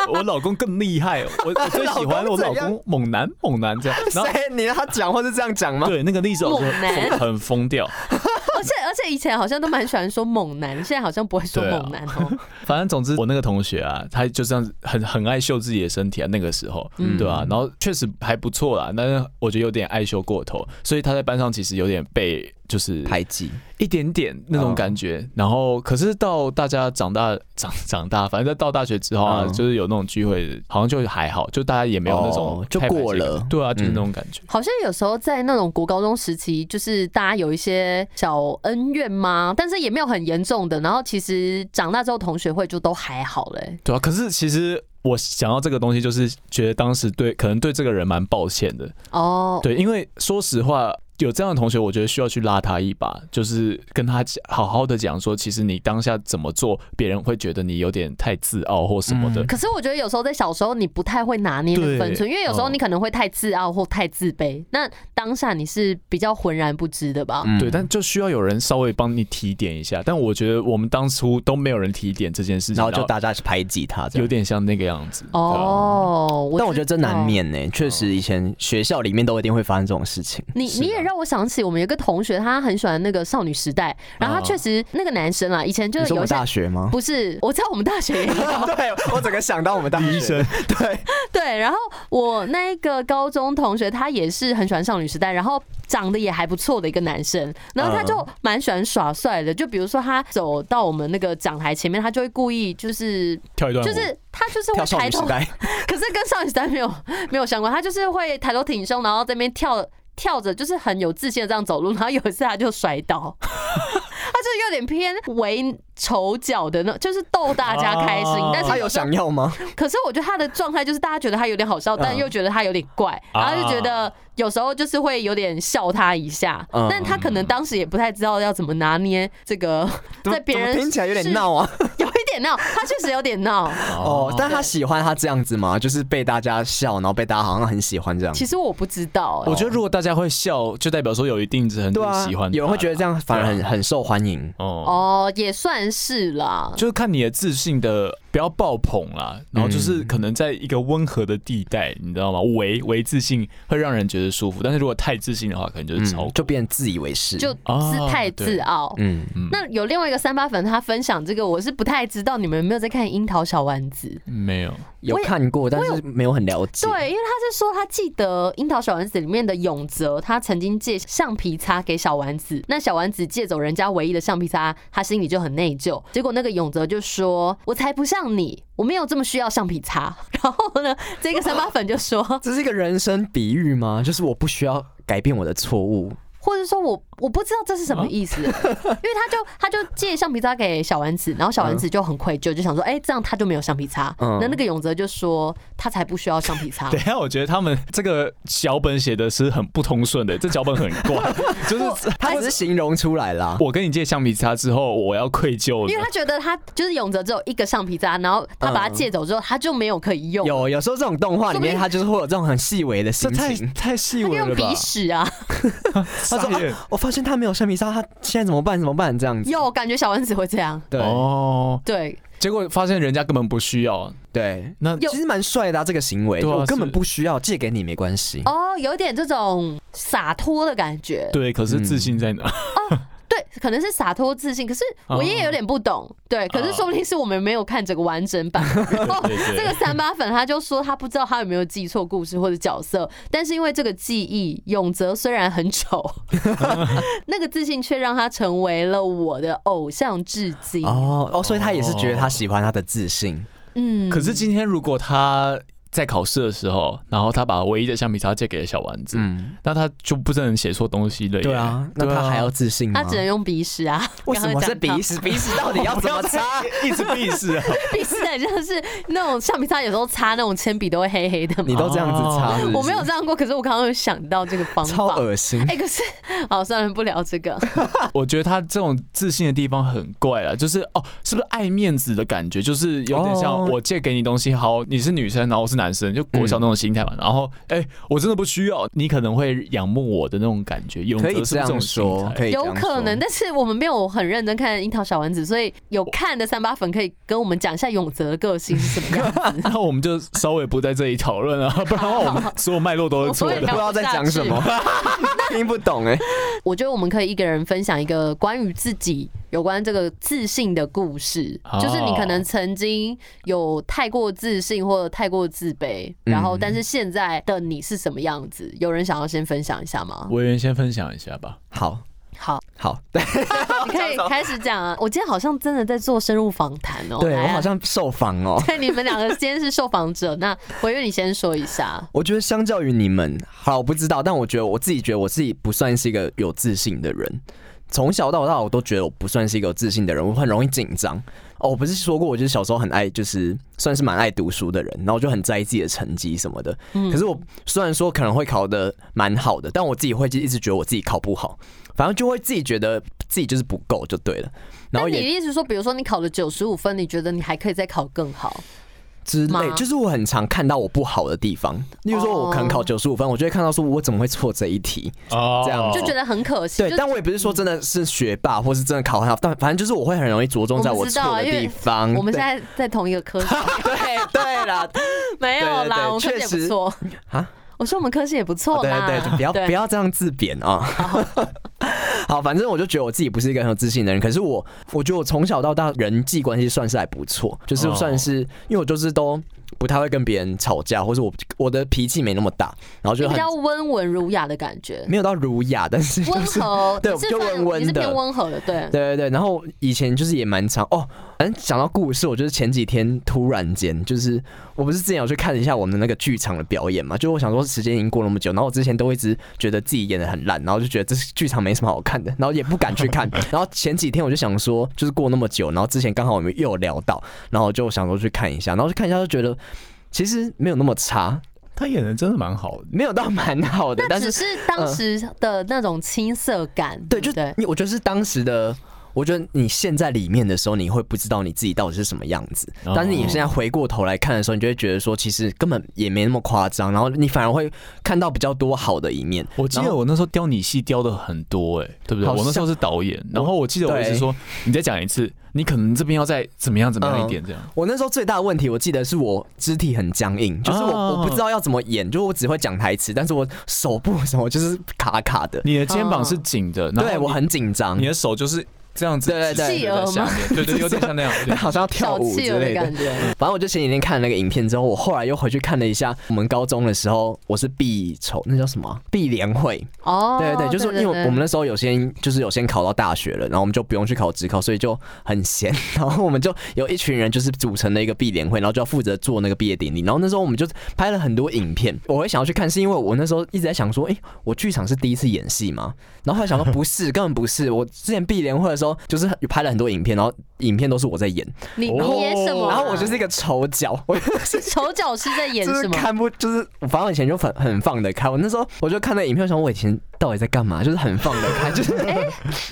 Speaker 2: 我我老公更厉害，哦我我最喜欢
Speaker 3: 老公
Speaker 2: 我
Speaker 3: 怎
Speaker 2: 老
Speaker 3: 样
Speaker 2: 公猛男猛男这样，然后
Speaker 3: 谁？你让他讲话是这样讲吗？
Speaker 2: 对那个历史老师
Speaker 1: 猛男
Speaker 2: 疯很疯掉，
Speaker 1: 而且而且以前好像都蛮喜欢说猛男，现在好像不会说
Speaker 2: 对啊
Speaker 1: 猛男哦、
Speaker 2: 反正总之，我那个同学啊，他就这样子很很爱秀自己的身体啊，那个时候，
Speaker 1: 嗯
Speaker 2: 对啊，然后确实还不错啦，但是我觉得有点爱秀过头，所以他在班上其实有点被就是
Speaker 3: 排挤，
Speaker 2: 一点点那种感觉。然后可是到大家长大 [laughs] 长长大，反正到大学之后啊，
Speaker 3: 嗯
Speaker 2: 就是有那种聚会，好像就还好，就大家也没有那种
Speaker 3: 哦就
Speaker 2: 太排挤
Speaker 3: 过了嗯
Speaker 2: 感对啊，就是那种感觉。
Speaker 1: 好像有时候在那种国高中时期，就是大家有一些小恩怨嘛，但是也没有很严重的。然后其实长大之后同学会就都还好嘞、
Speaker 2: 对啊，可是其实我想到这个东西，就是觉得当时对可能对这个人蛮抱歉的，
Speaker 1: 哦，
Speaker 2: 对，因为说实话，有这样的同学，我觉得需要去拉他一把，就是跟他讲，好好的讲说，其实你当下怎么做，别人会觉得你有点太自傲或什么的。
Speaker 3: 嗯
Speaker 1: 可是我觉得有时候在小时候你不太会拿捏那个
Speaker 2: 对
Speaker 1: 分寸，因为有时候你可能会太自傲或太自卑，那当下你是比较浑然不知的吧？
Speaker 3: 嗯
Speaker 2: 啊对，但就需要有人稍微帮你提点一下。但我觉得我们当初都没有人提点这件事情，
Speaker 3: 然后就大家排挤他，这样
Speaker 2: 有点像那个样子。
Speaker 1: 哦，
Speaker 3: 啊但我觉得这难
Speaker 1: 知道。
Speaker 2: 哦
Speaker 3: 免呢、确实以前学校里面都一定会发生这种事情。
Speaker 1: 你
Speaker 2: 是
Speaker 1: 你也也让我想起我们有个同学，他很喜欢那个少女时代，然后他
Speaker 2: 哦
Speaker 1: 确实那个男生啊，以前就
Speaker 3: 你
Speaker 1: 是
Speaker 3: 说
Speaker 1: 有一
Speaker 3: 我们
Speaker 1: 些
Speaker 3: 大学吗？
Speaker 1: 不是，我知道我们大学也有
Speaker 3: [laughs] 对，我整个想 [laughs] 到我们大
Speaker 2: 李医
Speaker 3: 学
Speaker 2: 生，
Speaker 3: 对，
Speaker 1: 对，然后我那个高中同学，他也是很喜欢少女时代，然后长得也还不错的一个男生，然后他就蛮喜欢耍帅的，就比如说他走到我们那个讲台前面，他就会故意就是
Speaker 2: 跳一段舞，
Speaker 1: 就是他就是会
Speaker 3: 嗯跳少
Speaker 1: 抬
Speaker 3: 女时
Speaker 1: 头，
Speaker 3: 代，
Speaker 1: [laughs] 可是跟少女时代没有没有相关，他就是会抬头挺胸，然后这边跳跳着，就是很有自信的这样走路，然后有一次他就摔倒。 [laughs] 他就是有点偏为丑角的那，就是逗大家开心，
Speaker 2: 哦
Speaker 1: 但是
Speaker 3: 他有
Speaker 1: 时候
Speaker 3: 想要 [laughs] 吗？
Speaker 1: 可是我觉得他的状态就是大家觉得他有点好
Speaker 3: 嗯
Speaker 1: 笑，但又觉得他有点怪，然
Speaker 3: 啊
Speaker 1: 后就觉得有时候就是会有点笑他一下，
Speaker 3: 嗯
Speaker 1: 但他可能当时也不太知道要怎么拿捏这个，
Speaker 3: 怎么
Speaker 1: 在别人
Speaker 3: 怎么听起来有
Speaker 1: 是
Speaker 3: 点闹啊。
Speaker 1: [laughs] 有一点闹，他确实有点闹。
Speaker 3: 哦，但他喜欢他这样子吗？就是被大家笑，然后被大家好像很喜欢这样。
Speaker 1: 其实我不知道、哎
Speaker 2: 我觉得如果大家会笑，就代表说有一定程度
Speaker 3: 对啊，
Speaker 2: 喜欢他啦，
Speaker 3: 有人会觉得这样反而很
Speaker 2: 对啊
Speaker 3: 很受欢迎。
Speaker 2: 哦，
Speaker 1: 哦，也算是啦。
Speaker 2: 就是看你的自信的，不要爆棚啦，然后
Speaker 3: 嗯
Speaker 2: 就是可能在一个温和的地带，你知道吗？唯唯自信会让人觉得舒服，但是如果太自信的话，可能就是超
Speaker 3: 嗯，就变自以为是。
Speaker 1: 就
Speaker 2: 哦
Speaker 1: 自太自
Speaker 2: 对
Speaker 1: 傲。
Speaker 3: 嗯，
Speaker 1: 那有另外一个三八粉，他分享这个，我是不太知道你们有没有在看《樱桃小丸子》。
Speaker 2: 没有
Speaker 3: 有看过，但是没有很了解。，
Speaker 1: 对，因为他是说他记得《樱桃小丸子》里面的永泽，他曾经借橡皮擦给小丸子，那小丸子借走人家唯一的橡皮擦，他心里就很内疚。结果那个永泽就说：“我才不像你，我没有这么需要橡皮擦。”然后呢，这个三八粉就说
Speaker 3: 这是一个人生比喻吗？就是我不需要改变我的错
Speaker 1: [laughs]
Speaker 3: 误。
Speaker 1: 或者说我我不知道这是
Speaker 3: 啊
Speaker 1: 什么意思，因为他就他就借橡皮擦给小丸子，然后小丸子就很愧疚，就想说：“哎，这样他就没有橡皮擦。”
Speaker 3: 嗯
Speaker 1: 那那个永泽就说：“他才不需要橡皮擦。”
Speaker 2: [laughs] 等一下，我觉得他们这个脚本写的是很不通顺的，这脚本很
Speaker 3: [laughs]
Speaker 2: 怪，就是
Speaker 3: 他只是形容出来啦。
Speaker 2: 我跟你借橡皮擦之后，我要愧疚
Speaker 1: 因为
Speaker 2: 了
Speaker 1: 他。觉得他就是永泽只有一个橡皮擦，然后他把它借走之后，他就没有可以用，
Speaker 3: 有有时候这种动画
Speaker 1: 说
Speaker 3: 里面，
Speaker 1: 不定
Speaker 3: 他就是会有这种很细微的
Speaker 2: 这
Speaker 3: 心
Speaker 2: 太
Speaker 3: 情。
Speaker 2: 太细
Speaker 1: 他就
Speaker 2: 微
Speaker 1: 用
Speaker 2: 了吧
Speaker 1: 鼻？屎啊，
Speaker 3: 他说、
Speaker 2: 傻眼
Speaker 3: 啊：“我发现他没有橡皮擦，他现在怎么办？怎么办？”这样子。
Speaker 1: 有感觉小丸子会这样，
Speaker 3: 对、
Speaker 2: 哦，
Speaker 1: 对，
Speaker 2: 结果发现人家根本不需要，
Speaker 3: 对，
Speaker 2: 那
Speaker 1: 有
Speaker 3: 其实蛮帅的、啊、这个行为，
Speaker 2: 对啊
Speaker 3: 我根本
Speaker 2: 是
Speaker 3: 不需要借给你没关系。
Speaker 1: 哦，有点这种洒脱的感觉，
Speaker 2: 对，可是自信在哪？
Speaker 1: 对，可能是洒脱自信，可是我也有点不懂，对，可是说不定是我们没有看整个完整版。然
Speaker 3: 哦
Speaker 1: 后
Speaker 2: 对对
Speaker 1: 这个三八粉他就说他不知道他有没有记错故事或者角色，但是因为这个记忆，永泽虽然很丑， [laughs] 那个自信却让他成为了我的偶像至今。
Speaker 3: 哦哦，所以他也是觉得他喜欢他的自信。
Speaker 1: 嗯，
Speaker 2: 可是今天如果他在考试的时候，然后他把唯一的橡皮擦借给了小丸子，
Speaker 3: 嗯，
Speaker 2: 那他就不是能写错东西了耶。
Speaker 3: 对啊，那
Speaker 2: 对啊
Speaker 3: 他还要自信吗？
Speaker 1: 他只能用鼻屎
Speaker 3: [laughs]
Speaker 1: 啊。
Speaker 3: 嗯为什么是
Speaker 1: 刚
Speaker 3: 鼻
Speaker 1: 刚讲
Speaker 3: 屎？鼻屎到底要怎么擦？
Speaker 2: [laughs] 一直避世
Speaker 3: [laughs]
Speaker 2: 啊？
Speaker 1: 到？ [laughs] 鼻屎很像是那种橡皮擦，有时候擦那种铅笔都会黑黑的嘛。
Speaker 3: 你都这样子擦是不是，
Speaker 1: 哦我没有这样过，可是我刚刚有想到这个方法。
Speaker 3: 超恶心。
Speaker 1: [laughs] 哎、可是好，算了，不聊这
Speaker 3: [laughs]
Speaker 1: 个。
Speaker 2: 我觉得他这种自信的地方很怪了，就是哦，是不是爱面子的感觉？就是有点像
Speaker 3: 哦
Speaker 2: 我借给你东西，好，你是女生，然后我是男生，就国小那
Speaker 3: 嗯
Speaker 2: 种心态嘛。然后哎、我真的不需要，你可能会仰慕我的那种感觉。永
Speaker 3: 可
Speaker 2: 泽
Speaker 3: 以
Speaker 2: 是
Speaker 3: 这
Speaker 2: 不是种
Speaker 3: 样说，
Speaker 2: 心态
Speaker 3: 可以这样
Speaker 1: 有
Speaker 3: 说
Speaker 1: 可能，但是我们没有很认真看《樱桃小丸子》，所以有看的三八粉可以跟我们讲一下永泽的个性是什么样子。
Speaker 2: 那我们就稍微不在这里讨论了，
Speaker 3: [laughs]
Speaker 2: 不然的话我们所有脉络都是错
Speaker 1: 我也
Speaker 2: 的
Speaker 1: 聊。
Speaker 3: 不知道在讲什么， [laughs] 听不懂哎、
Speaker 1: 我觉得我们可以一个人分享一个关于自己有关这个自信的故事，
Speaker 2: 哦
Speaker 1: 就是你可能曾经有太过自信或者太过自卑，
Speaker 3: 嗯
Speaker 1: 然后但是现在的你是什么样子？有人想要先分享一下吗？
Speaker 2: [laughs] 委员先分享一下吧。
Speaker 3: 好
Speaker 1: 好，
Speaker 3: 好，
Speaker 1: 你可以开始讲啊。我今天好像真的在做深入访谈哦，
Speaker 3: 对
Speaker 1: 来啊
Speaker 3: 我 [laughs] 好。像受访哦。
Speaker 1: 对，你们两个今天是受访哦者，那我以为你先说一下。
Speaker 3: 我觉得相较于你们，好，我不知道，但我觉得我自己觉得我自己不算是一个有自信的人。从小到大，我都觉得我不算是一个有自信的人，我很容易紧张。哦，我不是说过，我就是小时候很爱，就是算是蛮爱读书的人，然后我就很在意自己的成绩什么的。可是我虽然说可能会考得蛮好的，但我自己会一直觉得我自己考不好，反正就会自己觉得自己就是不够就对了。
Speaker 1: 那
Speaker 3: 然后
Speaker 1: 你
Speaker 3: 也
Speaker 1: 的意思是说，比如说你考了九十五分，你觉得你还可以再考更好？
Speaker 3: 哦之类
Speaker 1: 吗，
Speaker 3: 就是我很常看到我不好的地方，例如说我可能考九十五分，我就会看到说我怎么会错这一题，
Speaker 2: 哦
Speaker 3: 这样
Speaker 1: 就觉得很可惜。
Speaker 3: 对，
Speaker 1: 就
Speaker 3: 但我也不是
Speaker 1: 嗯
Speaker 3: 说真的是学霸，或是真的考很好，但反正就是我会很容易着重在
Speaker 1: 我
Speaker 3: 我
Speaker 1: 知道
Speaker 3: 错的
Speaker 1: 因为
Speaker 3: 地方。
Speaker 1: 我们
Speaker 3: 嗯对
Speaker 1: 现在在同一个科系。
Speaker 3: [laughs] 对对啦，
Speaker 1: [laughs] 没有
Speaker 3: 对对
Speaker 1: 啦，
Speaker 3: 对
Speaker 1: 我们科技也不
Speaker 3: 确实
Speaker 1: 错我
Speaker 3: 啊。
Speaker 1: 我说我们科系也不错啦，
Speaker 3: 对对，就不要不要这样自贬
Speaker 1: [laughs]
Speaker 3: 啊。好，反正我就觉得我自己不是一个很有自信的人，可是我我觉得我从小到大人际关系算是还不错，就是
Speaker 2: 哦
Speaker 3: 算是、因为我就是都不太会跟别人吵架，或是我我的脾气没那么大，然后
Speaker 1: 你
Speaker 3: 就
Speaker 1: 比
Speaker 3: 很
Speaker 1: 较温文儒雅的感觉，
Speaker 3: 没有到儒雅，但是 [laughs] 就
Speaker 1: 温
Speaker 3: 是
Speaker 1: 和，
Speaker 3: [laughs] 对
Speaker 1: 你是
Speaker 3: 就
Speaker 1: 反
Speaker 3: 温温
Speaker 1: 你是偏
Speaker 3: 的
Speaker 1: 温和的，对。
Speaker 3: 对对对，然后以前就是也蛮长哦。反正讲到故事，我就是前几天突然间，就是我不是之前有去看一下我们的那个剧场的表演嘛，就我想说时间已经过那么久，然后我之前都一直觉得自己演的很烂，然后就觉得这剧场没什么好看的，然后也不敢去看。 [laughs] 然后前几天我就想说，就是过那么久，然后之前刚好我们又有聊到，然后我就想说去看一下，然后去看一下就觉得其实没有那么差，
Speaker 2: 他演的真的蛮好的，
Speaker 3: 没有到蛮好的，
Speaker 1: 那
Speaker 3: 但
Speaker 1: 只
Speaker 3: 是
Speaker 1: 是当
Speaker 3: 呃
Speaker 1: 时的那种青涩感，
Speaker 3: 对，
Speaker 1: 不
Speaker 3: 就
Speaker 1: 对，
Speaker 3: 你，我觉得是当时的。我觉得你现在里面的时候，你会不知道你自己到底是什么样子。
Speaker 2: 哦
Speaker 3: 但是你现在回过头来看的时候，你就会觉得说，其实根本也没那么夸张。然后你反而会看到比较多好的一面。
Speaker 2: 我记
Speaker 3: 然
Speaker 2: 得
Speaker 3: 后
Speaker 2: 我那时候雕你戏雕的很多、哎，对不对？
Speaker 3: 好
Speaker 2: 我那时候
Speaker 3: 像
Speaker 2: 是导演，然后我记得我一直
Speaker 3: 对
Speaker 2: 说，你再讲一次，你可能这边要再怎么样怎么样一点这样。
Speaker 3: 我那时候最大的问题，我记得是我肢体很僵硬，就是我、
Speaker 2: 哦
Speaker 3: 我不知道要怎么演，就是我只会讲台词，但是我手部什么就是卡卡的。
Speaker 2: 你的肩膀是紧的，然后
Speaker 3: 嗯对
Speaker 2: 你
Speaker 3: 我很紧张
Speaker 2: 你，的手就是这样子，
Speaker 3: 对对对
Speaker 2: 直在下面，对对，有点像那样，有点
Speaker 3: 好像要跳
Speaker 1: 小
Speaker 3: 舞
Speaker 1: 气
Speaker 3: 之
Speaker 1: 儿的
Speaker 3: 类的。
Speaker 1: 感觉。
Speaker 3: [laughs] 反正我就前几天看了那个影片之后，我后来又回去看了一下我们高中的时候，我是必筹，那叫什么啊必联会？
Speaker 1: 哦，
Speaker 3: 对对对，就是因为我们那时候有些就是有先考到大学了，然后我们就不用去考职考，所以就很闲。 [laughs] 然后我们就有一群人就是组成了一个必联会，然后就要负责做那个毕业典礼。然后那时候我们就拍了很多影片，我会想要去看，是因为我那时候一直在想说，诶，我剧场是第一次演戏吗？然后后来想说不是，根本不是。我之前毕联会的时候就是拍了很多影片，然后影片都是我在演，
Speaker 1: 你
Speaker 2: 然后
Speaker 1: 你演什么啊？
Speaker 3: 哦然后我就是一个丑角，我
Speaker 1: [laughs] 丑角是在演
Speaker 3: 就是
Speaker 1: 什么？
Speaker 3: 看不，就是我反正以前就很很放得开。我那时候我就看那影片，我想我以前到底在干嘛，就是很放得
Speaker 1: [laughs]
Speaker 3: 开，就是
Speaker 1: 哎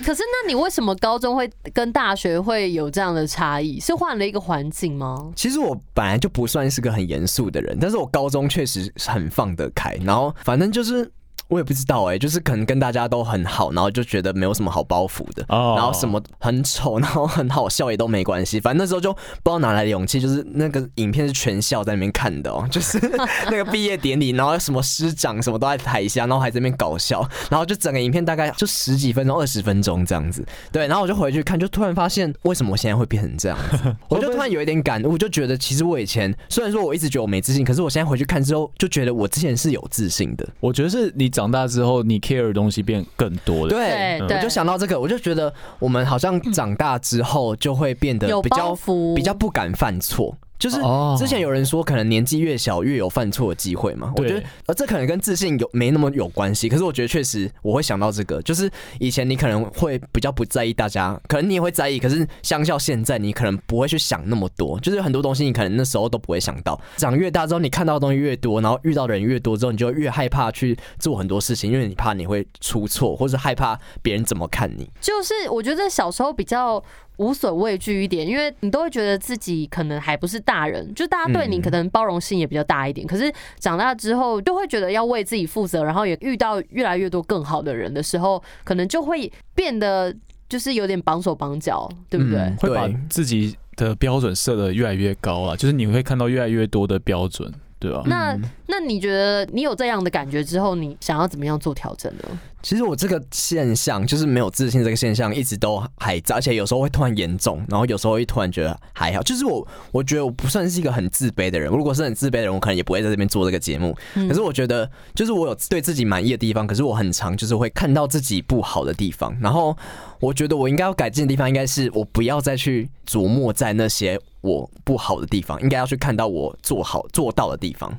Speaker 1: 可是那你为什么高中会跟大学会有这样的差异？是换了一个环境吗？
Speaker 3: 其实我本来就不算是个很严肃的人，但是我高中确实是很放得开，然后反正就是。我也不知道哎、就是可能跟大家都很好，然后就觉得没有什么好包袱的
Speaker 2: 哦
Speaker 3: 然后什么很丑，然后很好笑也都没关系。反正那时候就不知道哪来的勇气，就是那个影片是全校在那边看的哦、就是那个毕业典礼，然后什么师长什么都在台下，然后还在那边搞笑，然后就整个影片大概就十几分钟、二十分钟这样子。对，然后我就回去看，就突然发现为什么我现在会变成这样子。我就突然有一点感悟，就觉得其实我以前虽然说我一直觉得我没自信，可是我现在回去看之后，就觉得我之前是有自信的。
Speaker 2: [laughs] 我觉得是你长大之后，你 care 的东西变更多了。
Speaker 3: 对，
Speaker 1: 对
Speaker 3: 我就想到这个，我就觉得我们好像长大之后就会变得
Speaker 1: 有
Speaker 3: 比
Speaker 1: 包
Speaker 3: 较
Speaker 1: 袱，
Speaker 3: 比较不敢犯错。就是
Speaker 2: 哦
Speaker 3: 之前有人说，可能年纪越小越有犯错的机会嘛。我
Speaker 2: 对
Speaker 3: 觉得，呃，这可能跟自信有没那么有关系。可是我觉得确实我会想到这个，就是以前你可能会比较不在意大家，可能你也会在意，可是相较现在，你可能不会去想那么多。就是很多东西你可能那时候都不会想到。长越大之后，你看到的东西越多，然后遇到的人越多之后，你就会越害怕去做很多事情，因为你怕你会出错，或是害怕别人怎么看你。
Speaker 1: 就是我觉得小时候比较无所畏惧一点，因为你都会觉得自己可能还不是大人，就大家对你
Speaker 3: 嗯
Speaker 1: 可能包容性也比较大一点。可是长大之后就会觉得要为自己负责，然后也遇到越来越多更好的人的时候，可能就会变得就是有点绑手绑脚，对不对？
Speaker 3: 嗯
Speaker 2: 会把
Speaker 3: 对
Speaker 2: 自己的标准设的越来越高啊，就是你会看到越来越多的标准，对吧、
Speaker 1: 那
Speaker 3: 嗯
Speaker 1: 那你觉得你有这样的感觉之后，你想要怎么样做调整呢？
Speaker 3: 其实我这个现象，就是没有自信这个现象，一直都还在，而且有时候会突然严重，然后有时候会突然觉得还好。就是我，我觉得我不算是一个很自卑的人。如果是很自卑的人，我可能也不会在这边做这个节目。可是我觉得，就是我有对自己满意的地方，可是我很常就是会看到自己不好的地方。然后我觉得我应该要改进的地方，应该是我不要再去琢磨在那些我不好的地方，应该要去看到我做好做到的地方。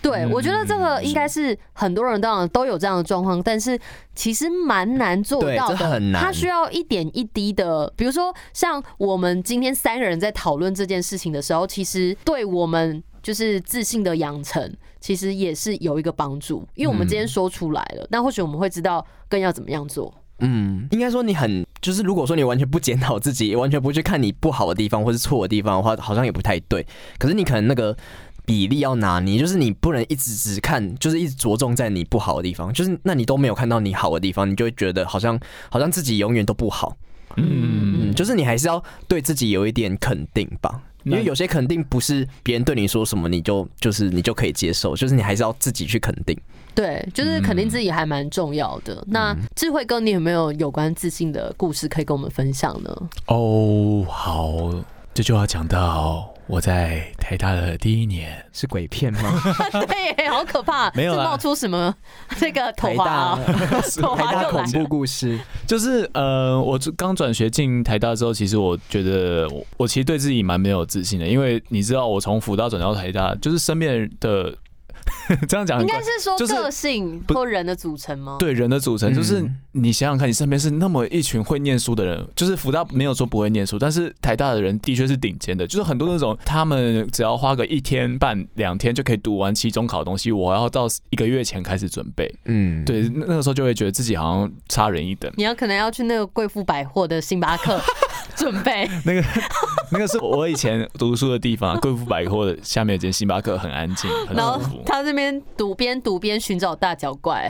Speaker 1: 对，我觉得这
Speaker 3: 嗯
Speaker 1: 个应该是很多人当然都有这样的状况，但是其实蛮难做
Speaker 3: 对
Speaker 1: 到
Speaker 3: 这
Speaker 1: 的。
Speaker 3: 很难
Speaker 1: 它需要一点一滴的，比如说像我们今天三个人在讨论这件事情的时候，其实对我们就是自信的养成，其实也是有一个帮助，因为我们今天说出来了，那或许我们会知道更要怎么样做。
Speaker 3: 嗯，应该说你很就是，如果说你完全不检讨自己，完全不去看你不好的地方或是错的地方的话，好像也不太对。可是你可能那个比例要拿捏，就是你不能一直只看，就是一直着重在你不好的地方，就是那你都没有看到你好的地方，你就会觉得好像好像自己永远都不好。
Speaker 2: 嗯，
Speaker 3: 嗯，就是你还是要对自己有一点肯定吧。因为有些肯定不是别人对你说什么，你就就是你就可以接受，就是你还是要自己去肯定。
Speaker 1: 对，
Speaker 3: 嗯
Speaker 1: 就是肯定自己还蛮重要的。那智慧哥，你有没有有关自信的故事可以跟我们分享呢？
Speaker 2: 哦，好，这就要讲到我在台大的第一年，
Speaker 3: 是鬼片吗？
Speaker 1: 对耶，好可怕！
Speaker 2: 没有
Speaker 1: 是
Speaker 2: 啦
Speaker 1: 冒出什
Speaker 2: [laughs]
Speaker 1: 么这个 [laughs] 头
Speaker 3: 台
Speaker 1: 发
Speaker 3: 大
Speaker 1: 啊，头
Speaker 3: 台
Speaker 1: 发
Speaker 3: 大
Speaker 1: 就
Speaker 3: 恐
Speaker 1: 来。
Speaker 3: 怖故事，
Speaker 2: 就是呃，我就刚转学进台大之后，其实我觉得我我其实对自己蛮没有自信的，因为你知道我从辅大转到台大，就是身边的 [laughs] 这样
Speaker 1: [laughs]
Speaker 2: 讲
Speaker 1: 应
Speaker 2: 很
Speaker 1: 该
Speaker 2: 怪。
Speaker 1: 是说
Speaker 2: 啊就是
Speaker 1: 个性
Speaker 2: 不
Speaker 1: 或人的组成吗？
Speaker 2: 对人的组成，就是
Speaker 3: 嗯
Speaker 2: 你想想看，你身边是那么一群会念书的人，就是福大没有说不会念书，但是台大的人的确是顶尖的，就是很多那种他们只要花个一天半两天就可以读完期中考的东西，我要到一个月前开始准备，
Speaker 3: 嗯，
Speaker 2: 对，那那个时候就会觉得自己好像差人一等。
Speaker 1: 你要可能要去那个贵妇百货的星巴
Speaker 2: [laughs]
Speaker 1: 克准备。
Speaker 2: 那个那个是我以前读书的地方，贵妇百货的下面有间星巴克，很安静，很
Speaker 1: 然后
Speaker 2: 舒服。
Speaker 1: 他这边读边读边寻找大脚怪，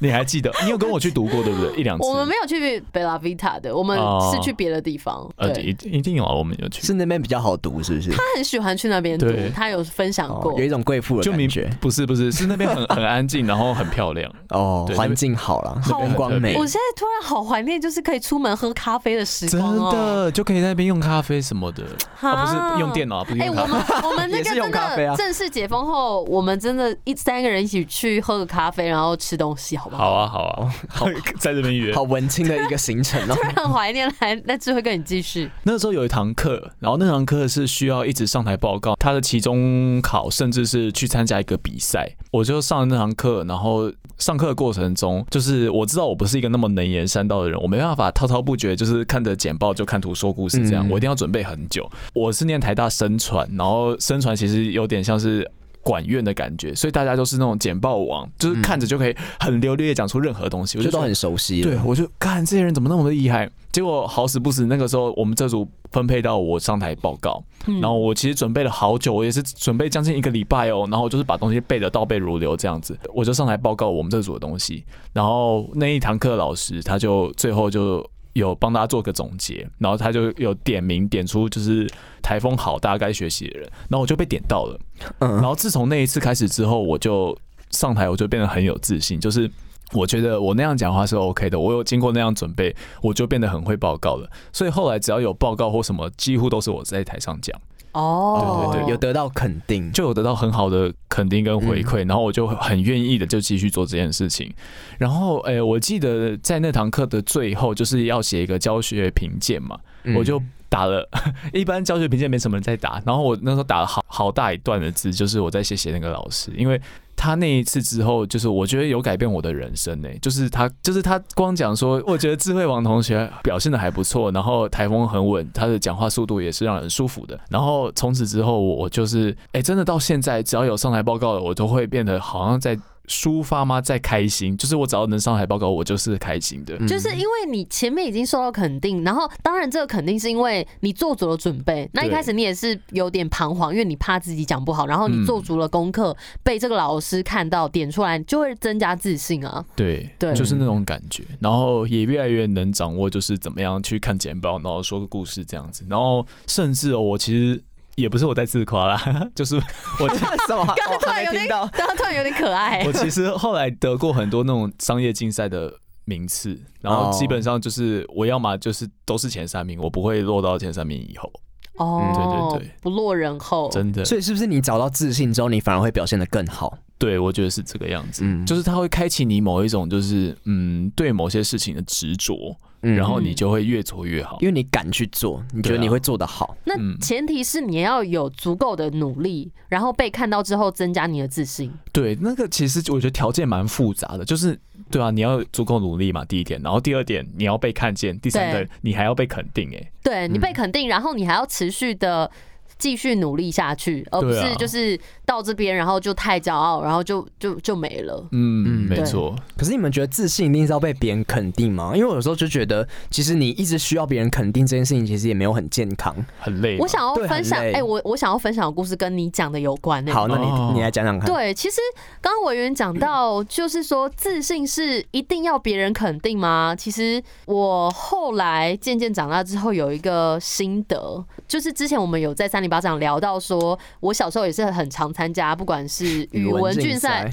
Speaker 2: 你还记得？你有跟我去读过对不对？一两次？
Speaker 1: 我们没有去贝拉维塔的，我们
Speaker 2: 哦
Speaker 1: 是去别的地方。
Speaker 2: 呃，
Speaker 1: 对，
Speaker 2: 一一定有啊，我们有去。
Speaker 3: 是那边比较好读，是不是？
Speaker 1: 他很喜欢去那边读
Speaker 2: 对，
Speaker 1: 他有分享
Speaker 3: 哦
Speaker 1: 过。
Speaker 3: 有一种贵妇的
Speaker 2: 就明
Speaker 3: 感觉
Speaker 2: 不是不是是那
Speaker 1: [laughs]
Speaker 2: 边很很安静，然后很漂亮。
Speaker 3: 哦，
Speaker 2: 对那边
Speaker 3: 环境好了，
Speaker 1: 好
Speaker 3: 风光美
Speaker 1: 我。现在突然好怀念，就是可以出门喝咖啡的时
Speaker 2: 真
Speaker 1: 光哦。
Speaker 2: 的就可以在那边用咖啡什么的，啊、
Speaker 1: 哈
Speaker 2: 不是用电脑，不是
Speaker 1: 哎、
Speaker 2: 用
Speaker 1: 我
Speaker 2: 咖啡，
Speaker 1: 们我们那
Speaker 2: [laughs]
Speaker 3: 也
Speaker 1: 个
Speaker 3: 是
Speaker 1: 真
Speaker 3: 用咖啡
Speaker 1: 的
Speaker 3: 啊
Speaker 1: 正式解封后，我们真的一三个人一起去喝个咖啡，然后吃东西，好不 [laughs] 好？
Speaker 2: 好啊好啊，
Speaker 3: [laughs]
Speaker 2: 好在这边约
Speaker 3: 好。文青的一个行程哦，
Speaker 1: 突然怀念来，那智慧跟你继续。
Speaker 2: 那时候有一堂课，然后那堂课是需要一直上台报告，他的期中考甚至是去参加一个比赛。我就上了那堂课，然后上课的过程中，就是我知道我不是一个那么能言善道的人，我没办法滔滔不绝，就是看着简报就看图说故事这样，
Speaker 3: 嗯
Speaker 2: 我一定要准备很久。我是念台大声传，然后声传其实有点像是。管院的感觉，所以大家都是那种简报王，就是看着就可以很流利的讲出任何东西，我
Speaker 3: 就
Speaker 2: 就
Speaker 3: 都
Speaker 2: 觉得
Speaker 3: 很熟悉了。
Speaker 2: 对，我就看这些人怎么那么厉害。结果好死不死，那个时候我们这组分配到我上台报告，
Speaker 1: 嗯
Speaker 2: 然后我其实准备了好久，我也是准备将近一个礼拜哦，然后就是把东西背得倒背如流这样子，我就上台报告我们这组的东西。然后那一堂课老师他就最后就。有帮大家做个总结，然后他就有点名点出就是台风好大家该学习的人，然后我就被点到了。然
Speaker 3: 嗯，
Speaker 2: 后自从那一次开始之后，我就上台，我就变得很有自信，就是。我觉得我那样讲话是 OK 的，我有经过那样准备，我就变得很会报告了。所以后来只要有报告或什么，几乎都是我在台上讲，
Speaker 1: 哦，
Speaker 2: 对对对
Speaker 3: 有得到肯定，
Speaker 2: 就有得到很好的肯定跟回馈，然后我就很愿意的就继续做这件事情。然后，诶、我记得在那堂课的最后，就是要写一个教学评鉴嘛，
Speaker 3: 嗯
Speaker 2: 我就打了， [laughs] 一般教学评鉴没什么人在打，然后我那时候打了好好大一段的字，就是我在谢谢那个老师，因为他那一次之后，就是我觉得有改变我的人生呢、就是他就是他光讲说，我觉得智慧王同学表现的还不错，然后台风很稳，他的讲话速度也是让人舒服的，然后从此之后我我就是哎、真的到现在只要有上台报告了，我都会变得好像在。抒发吗？在开心，就是我只要能上台报告，我就是开心的。
Speaker 3: [laughs]
Speaker 1: 就是因为你前面已经受到肯定，然后当然这个肯定是因为你做足了准备。那一
Speaker 2: 对
Speaker 1: 开始你也是有点彷徨，因为你怕自己讲不好，然后你
Speaker 2: 嗯
Speaker 1: 做足了功课，被这个老师看到点出来，就会增加自信 [laughs]
Speaker 2: [laughs]
Speaker 1: 啊。
Speaker 2: 对，
Speaker 1: 对
Speaker 2: 就是那种感觉，然后也越来越能掌握，就是怎么样去看简报，然后说个故事这样子，然后甚至哦，我其实也不是我在自夸啦， [laughs] 就是我
Speaker 3: [laughs] 什么？
Speaker 1: [laughs] 刚刚
Speaker 3: 我
Speaker 1: 突
Speaker 3: 还
Speaker 1: 然有点，
Speaker 3: 没听到
Speaker 1: 刚。刚突然有点可爱
Speaker 2: 我。其实后来得过很多那种商业竞赛的名次，然后基本上就是我要么就是都是前三名，我不会落到前三名以后，
Speaker 1: 哦，
Speaker 2: 嗯对对对
Speaker 1: 不落人后。
Speaker 2: 真的，
Speaker 3: 哦所以是不是你找到自信之后，你反而会表现得更好？
Speaker 2: 对我觉得是这个样子，
Speaker 3: 嗯
Speaker 2: 就是它会开启你某一种就是嗯对某些事情的执着，
Speaker 3: 嗯
Speaker 2: 然后
Speaker 1: 嗯
Speaker 2: 你就会越做越好
Speaker 3: 因。为你敢去做，你觉得
Speaker 2: 对啊
Speaker 3: 你会做得好。
Speaker 1: 那
Speaker 2: 嗯
Speaker 1: 前提是你要有足够的努力，然后被看到之后增加你的自信。
Speaker 2: 对，那个其实我觉得条件蛮复杂的，就是对啊，你要足够努力嘛，第一点，然后第二点你要被看见，第三
Speaker 1: 对
Speaker 2: 个你还要被肯定、欸，
Speaker 1: 对你被肯定，然后你还要持续的继续努力下去，而不
Speaker 2: 对啊
Speaker 1: 是就是到这边然后就太骄傲，然后就就就没了。
Speaker 2: 嗯，
Speaker 3: 嗯
Speaker 2: 没
Speaker 1: 对
Speaker 2: 错，
Speaker 3: 可是你们觉得自信一定是要被别人肯定吗？因为我有时候就觉得，其实你一直需要别人肯定这件事情，其实也没有很健康。
Speaker 2: 很累嘛。
Speaker 1: 我想要
Speaker 3: 对
Speaker 1: 分享，
Speaker 3: 很
Speaker 1: 哎、
Speaker 3: 累
Speaker 1: 我我想要分享的故事跟你讲的有关呢、欸
Speaker 3: 好，那你、
Speaker 2: 哦
Speaker 3: 你来讲讲看。，
Speaker 1: 对，其实刚刚委员讲到，就是说自信是一定要别人肯定吗？其实我后来渐渐长大之后有一个心得，就是之前我们有在三零八长聊到说，我小时候也是很常参加，不管是语文竞赛、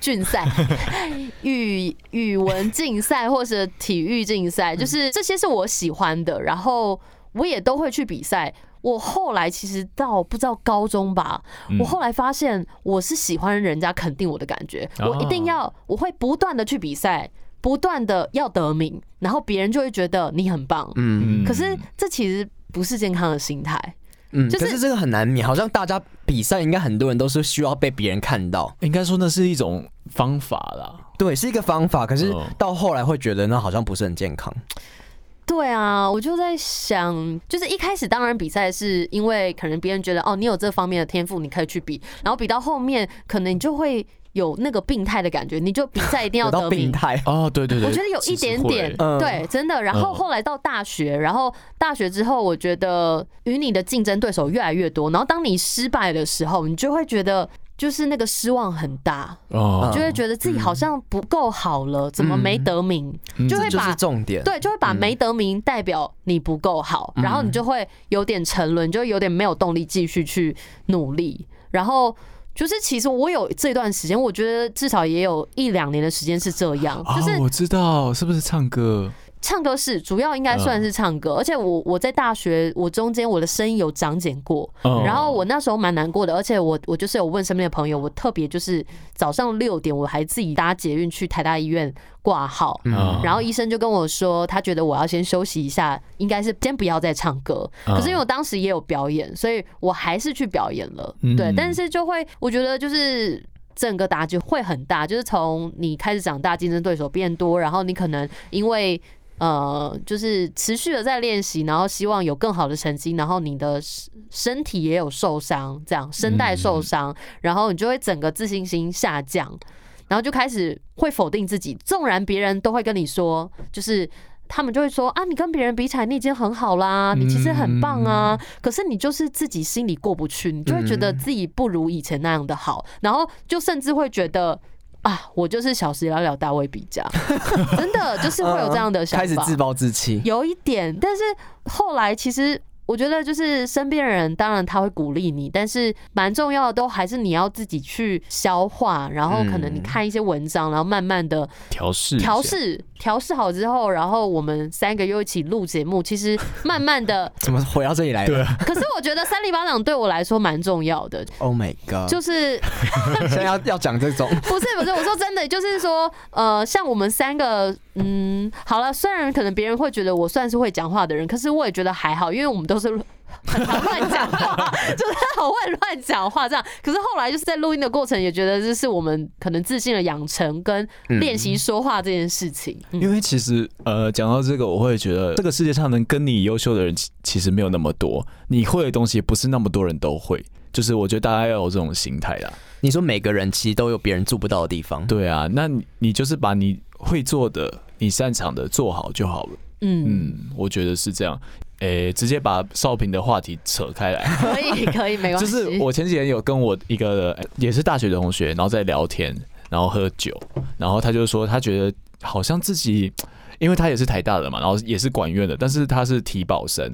Speaker 1: 竞赛、 [laughs] 语语文竞赛或者体育竞赛，就是这些是我喜欢的，然后我也都会去比赛。我后来其实到不知道高中吧，
Speaker 2: 嗯
Speaker 1: 我后来发现我是喜欢人家肯定我的感觉，
Speaker 2: 哦
Speaker 1: 我一定要，我会不断的去比赛，不断的要得名，然后别人就会觉得你很棒。
Speaker 2: 嗯
Speaker 3: 嗯
Speaker 1: 可是这其实不是健康的心态，
Speaker 3: 嗯，
Speaker 1: 就是
Speaker 3: 可是这个很难免，好像大家比赛应该很多人都是需要被别人看到，
Speaker 2: 应该说那是一种方法啦。
Speaker 3: 对，是一个方法。可是
Speaker 2: 嗯
Speaker 3: 到后来会觉得那好像不是很健康。
Speaker 1: 对啊，我就在想，就是一开始当然比赛是因为可能别人觉得哦，你有这方面的天赋，你可以去比，然后比到后面可能你就会有那个病态的感觉，你就比赛一定要
Speaker 3: [laughs] 有
Speaker 1: 得
Speaker 3: 到
Speaker 1: 名 [laughs]
Speaker 3: 病。态，
Speaker 2: 哦，对对对，
Speaker 1: 我觉得有
Speaker 2: 其
Speaker 1: 一
Speaker 2: 实
Speaker 1: 点
Speaker 2: 会
Speaker 1: 点，
Speaker 3: 嗯
Speaker 1: 对，真的。然后
Speaker 2: 嗯
Speaker 1: 后来到大学，然后大学之后，我觉得与你的竞争对手越来越多，然后当你失败的时候，你就会觉得就是那个失望很大，
Speaker 2: 哦
Speaker 3: 嗯
Speaker 1: 就会觉得自己好像不够好了，怎么没得名，
Speaker 2: 嗯
Speaker 1: 就
Speaker 3: 这
Speaker 1: 会
Speaker 3: 就
Speaker 1: 把
Speaker 3: 是重点。
Speaker 1: 对，就会把没得名代表你不够好，然后你就会有点沉沦，就会有点没有动力继续去努力。然后就是，其实我有这段时间，我觉得至少也有一两年的时间是这样，
Speaker 2: 啊
Speaker 1: 就是，
Speaker 2: 我知道，是不是唱歌？
Speaker 1: 唱歌是主要应该算是唱歌，而且我我在大学，我中间我的声音有长茧过，
Speaker 2: 嗯
Speaker 1: 然后我那时候蛮难过的，而且我我就是有问身边的朋友，我特别就是早上六点我还自己搭捷运去台大医院挂号，
Speaker 2: 嗯
Speaker 1: 然后医生就跟我说，他觉得我要先休息一下，应该是先不要再唱歌。
Speaker 2: 嗯
Speaker 1: 可是因为我当时也有表演，所以我还是去表演了。
Speaker 2: 嗯
Speaker 1: 对，但是就会我觉得就是。整个打击会很大，就是从你开始长大，竞争对手变多，然后你可能因为呃，就是持续的在练习，然后希望有更好的成绩，然后你的身身体也有受伤，这样声带受
Speaker 2: 嗯
Speaker 1: 伤，然后你就会整个自信心下降，然后就开始会否定自己。纵然别人都会跟你说，就是他们就会说啊，你跟别人比起来，你已经很好啦，你其实很棒啊。
Speaker 3: 嗯
Speaker 1: 可是你就是自己心里过不去，你就会觉得自己不如以前那样的好，然后就甚至会觉得。啊，我就是小时了了，大未必佳， [laughs] 真的就是会有这样的想法。
Speaker 3: [laughs] 开始自暴自弃。，
Speaker 1: 有一点，但是后来其实我觉得，就是身边的人，当然他会鼓励你，但是蛮重要的都还是你要自己去消化，然后可能你看一些文章，然后慢慢的
Speaker 2: 调试一下
Speaker 1: 调，试调试好之后，然后我们三个又一起录节目，其实慢慢的
Speaker 3: 怎么回到这里来？
Speaker 2: 对
Speaker 3: 了
Speaker 2: 啊
Speaker 1: 可是我觉得三零八掌对我来说蛮重要的，
Speaker 3: ，Oh my god！
Speaker 1: 就
Speaker 3: 就是 [laughs] 现在要要讲这种，
Speaker 1: 不是不是，我说真的，就是说，呃，像我们三个，嗯，好了，虽然可能别人会觉得我算是会讲话的人，可是我也觉得还好，因为我们都是很常乱讲话，就是很会乱讲话这样。可是后来就是在录音的过程，也觉得这是我们可能自信的养成跟练习说话这件事情。嗯
Speaker 2: 因为其实呃，讲到这个，我会觉得这个世界上能跟你优秀的人其其实没有那么多，你会的东西不是那么多人都会。就是我觉得大家要有这种心态啦。
Speaker 3: 你说每个人其实都有别人做不到的地方。
Speaker 2: 对啊，那你你就是把你会做的、你擅长的做好就好了。
Speaker 1: 嗯，
Speaker 2: 嗯，我觉得是这样。诶、直接把少平的话题扯开来，
Speaker 1: 可以可以，没关
Speaker 2: 就
Speaker 1: 系。
Speaker 2: 是我前几天有跟我一个呃也是大学的同学，然后在聊天，然后喝酒，然后他就说他觉得好像自己，因为他也是台大的嘛，然后也是管院的，但是他是体保生，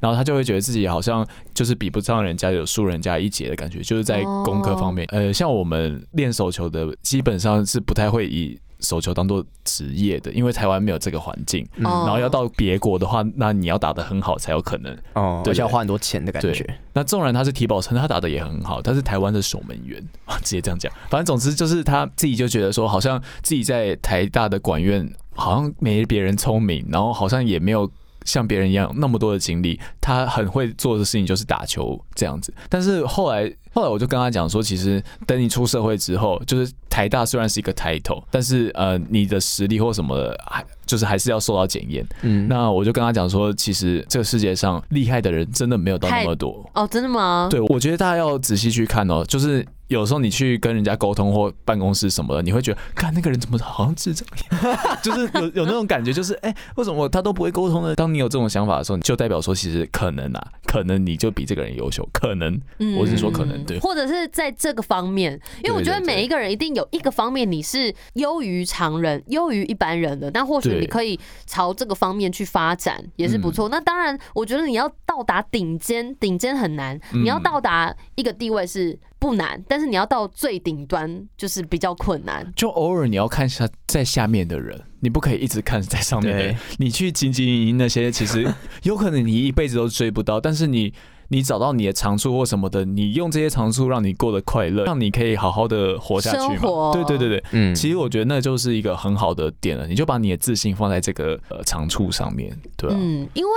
Speaker 2: 然后他就会觉得自己好像就是比不上人家，有输人家一截的感觉，就是在功课方面，呃，像我们练手球的，基本上是不太会以。手球当做职业的，因为台湾没有这个环境，
Speaker 3: 嗯
Speaker 1: 哦
Speaker 2: 然后要到别国的话，那你要打得很好才有可能。
Speaker 3: 哦，
Speaker 2: 对
Speaker 3: 而且要花很多钱的感
Speaker 2: 对
Speaker 3: 觉。
Speaker 2: 那纵然他是体保生，他打的也很好，他是台湾的守门员， [laughs] 直接这样讲。反正总之就是他自己就觉得说，好像自己在台大的管院好像没别人聪明，然后好像也没有像别人一样那么多的精力，他很会做的事情就是打球这样子。但是后来，后来我就跟他讲说，其实等你出社会之后，就是台大虽然是一个 title，但是呃，你的实力或什么的，还就是还是要受到检验。
Speaker 3: 嗯，
Speaker 2: 那我就跟他讲说，其实这个世界上厉害的人真的没有到那么多。
Speaker 1: 哦，真的吗？
Speaker 2: 对，我觉得大家要仔细去看哦，就是有时候你去跟人家沟通或办公室什么的，你会觉得，看那个人怎么好像智障一样， [laughs] 就是有有那种感觉，就是哎、为什么他都不会沟通呢？当你有这种想法的时候，你就代表说，其实可能啊，可能你就比这个人优秀，可能
Speaker 1: 嗯
Speaker 2: 我是说可能对
Speaker 1: 或者是在这个方面，因为我觉得
Speaker 2: 对对对
Speaker 1: 每一个人一定有一个方面你是优于常人、优于一般人的，但或许
Speaker 2: 对嗯
Speaker 1: 你可以朝这个方面去发展，也是不错。那当然，我觉得你要到达顶尖，顶尖很难，
Speaker 2: 嗯
Speaker 1: 你要到达一个地位是不难，但是你要到最顶端就是比较困难。
Speaker 2: 就偶尔你要看一下在下面的人，你不可以一直看在上面的人
Speaker 3: 对。
Speaker 2: 你去紧紧营营那些，其实 [laughs] 有可能你一辈子都追不到，但是你。你找到你的长处或什么的，你用这些长处让你过得快乐，让你可以好好的活下去
Speaker 1: 生
Speaker 2: 嘛
Speaker 1: 活？
Speaker 2: 对对对对，
Speaker 3: 嗯
Speaker 2: 其实我觉得那就是一个很好的点了，你就把你的自信放在这个呃长处上面，对啊，
Speaker 1: 嗯，因为。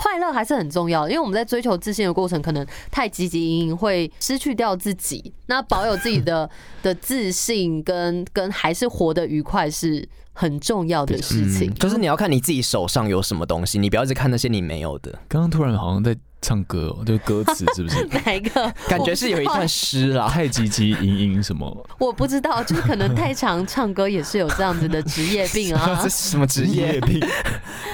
Speaker 1: 快乐还是很重要，因为我们在追求自信的过程，可能太积极，营营会失去掉自己。那保有自己
Speaker 3: [laughs]
Speaker 1: 的的自信跟跟还是活得愉快是很重要的事情。
Speaker 3: 就是你要看你自己手上有什么东西，你不要一直看那些你没有的，
Speaker 2: 刚刚突然好像在唱歌、哦，就歌词是不是
Speaker 1: [laughs]
Speaker 2: 啊
Speaker 1: 哪一个？
Speaker 3: 感觉是有一段诗啦。
Speaker 2: 太积极营营
Speaker 1: [laughs]
Speaker 2: 什么？
Speaker 1: 我不知道，就是可能太常唱歌也是有这样子的职业病啊
Speaker 3: [laughs] 这。是什么职业？
Speaker 2: 病，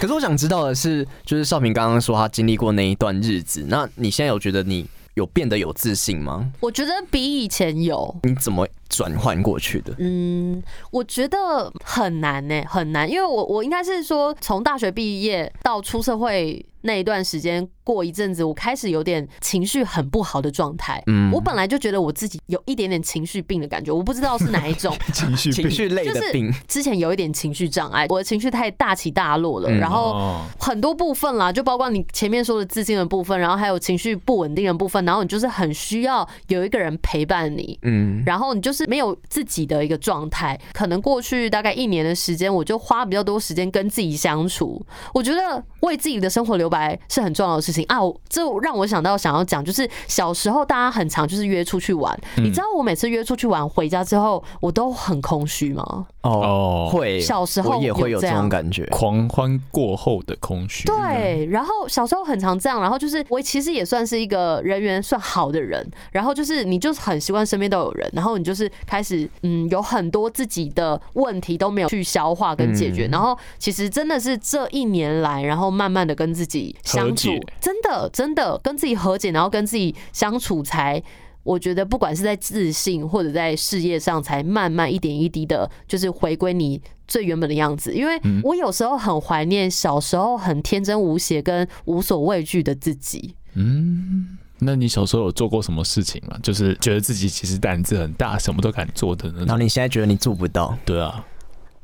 Speaker 3: 可是我想知道的是，就是少平刚刚说他经历过那一段日子，那你现在有觉得你有变得有自信吗？
Speaker 1: 我觉得比以前有，
Speaker 3: 你怎么转换过去的？
Speaker 1: 嗯，我觉得很难呢、很难，因为我我应该是说，从大学毕业到出社会那一段时间，过一阵子，我开始有点情绪很不好的状态。
Speaker 3: 嗯
Speaker 1: 我本来就觉得我自己有一点点情绪病的感觉，我不知道是哪一
Speaker 3: [laughs]
Speaker 1: 种。
Speaker 2: 情
Speaker 1: [laughs]
Speaker 2: 绪
Speaker 3: 情绪类
Speaker 1: 就
Speaker 3: 的
Speaker 1: 是
Speaker 3: 病，
Speaker 1: 之前有一点情绪障碍，我的情绪太大起大落了，
Speaker 3: 嗯
Speaker 1: 然后
Speaker 2: 哦
Speaker 1: 很多部分啦，就包括你前面说的自信的部分，然后还有情绪不稳定的部分，然后你就是很需要有一个人陪伴你，
Speaker 3: 嗯，
Speaker 1: 然后你就是没有自己的一个状态。可能过去大概一年的时间，我就花比较多时间跟自己相处。我觉得为自己的生活留白是很重要的事情啊。我这让我想到想要讲，就是小时候大家很常就是约出去玩，你知道我每次约出去玩回家之后，我都很空虚吗？
Speaker 2: 哦
Speaker 3: 会
Speaker 1: 小时候
Speaker 3: 我也会
Speaker 1: 有
Speaker 3: 有
Speaker 1: 这
Speaker 3: 这
Speaker 1: 样
Speaker 3: 种感觉，
Speaker 2: 狂欢过后的空虚。
Speaker 1: 对，然后小时候很常这样，然后就是我其实也算是一个人缘算好的人，然后就是你就是很习惯身边都有人，然后你就是开始嗯有很多自己的问题都没有去消化跟解决，然后其实真的是这一年来，然后慢慢的跟自己相处
Speaker 2: 和解，
Speaker 1: 真的真的跟自己和解，然后跟自己相处才。我觉得不管是在自信或者在事业上，才慢慢一点一滴的，就是回归你最原本的样子。因为
Speaker 2: 嗯
Speaker 1: 我有时候很怀念小时候很天真无邪跟无所畏惧的自己。
Speaker 2: 嗯，那你小时候有做过什么事情吗？就是觉得自己其实胆子很大，什么都敢做的那
Speaker 3: 然后
Speaker 2: 种。
Speaker 3: 你现在觉得你做不到，
Speaker 2: 对啊，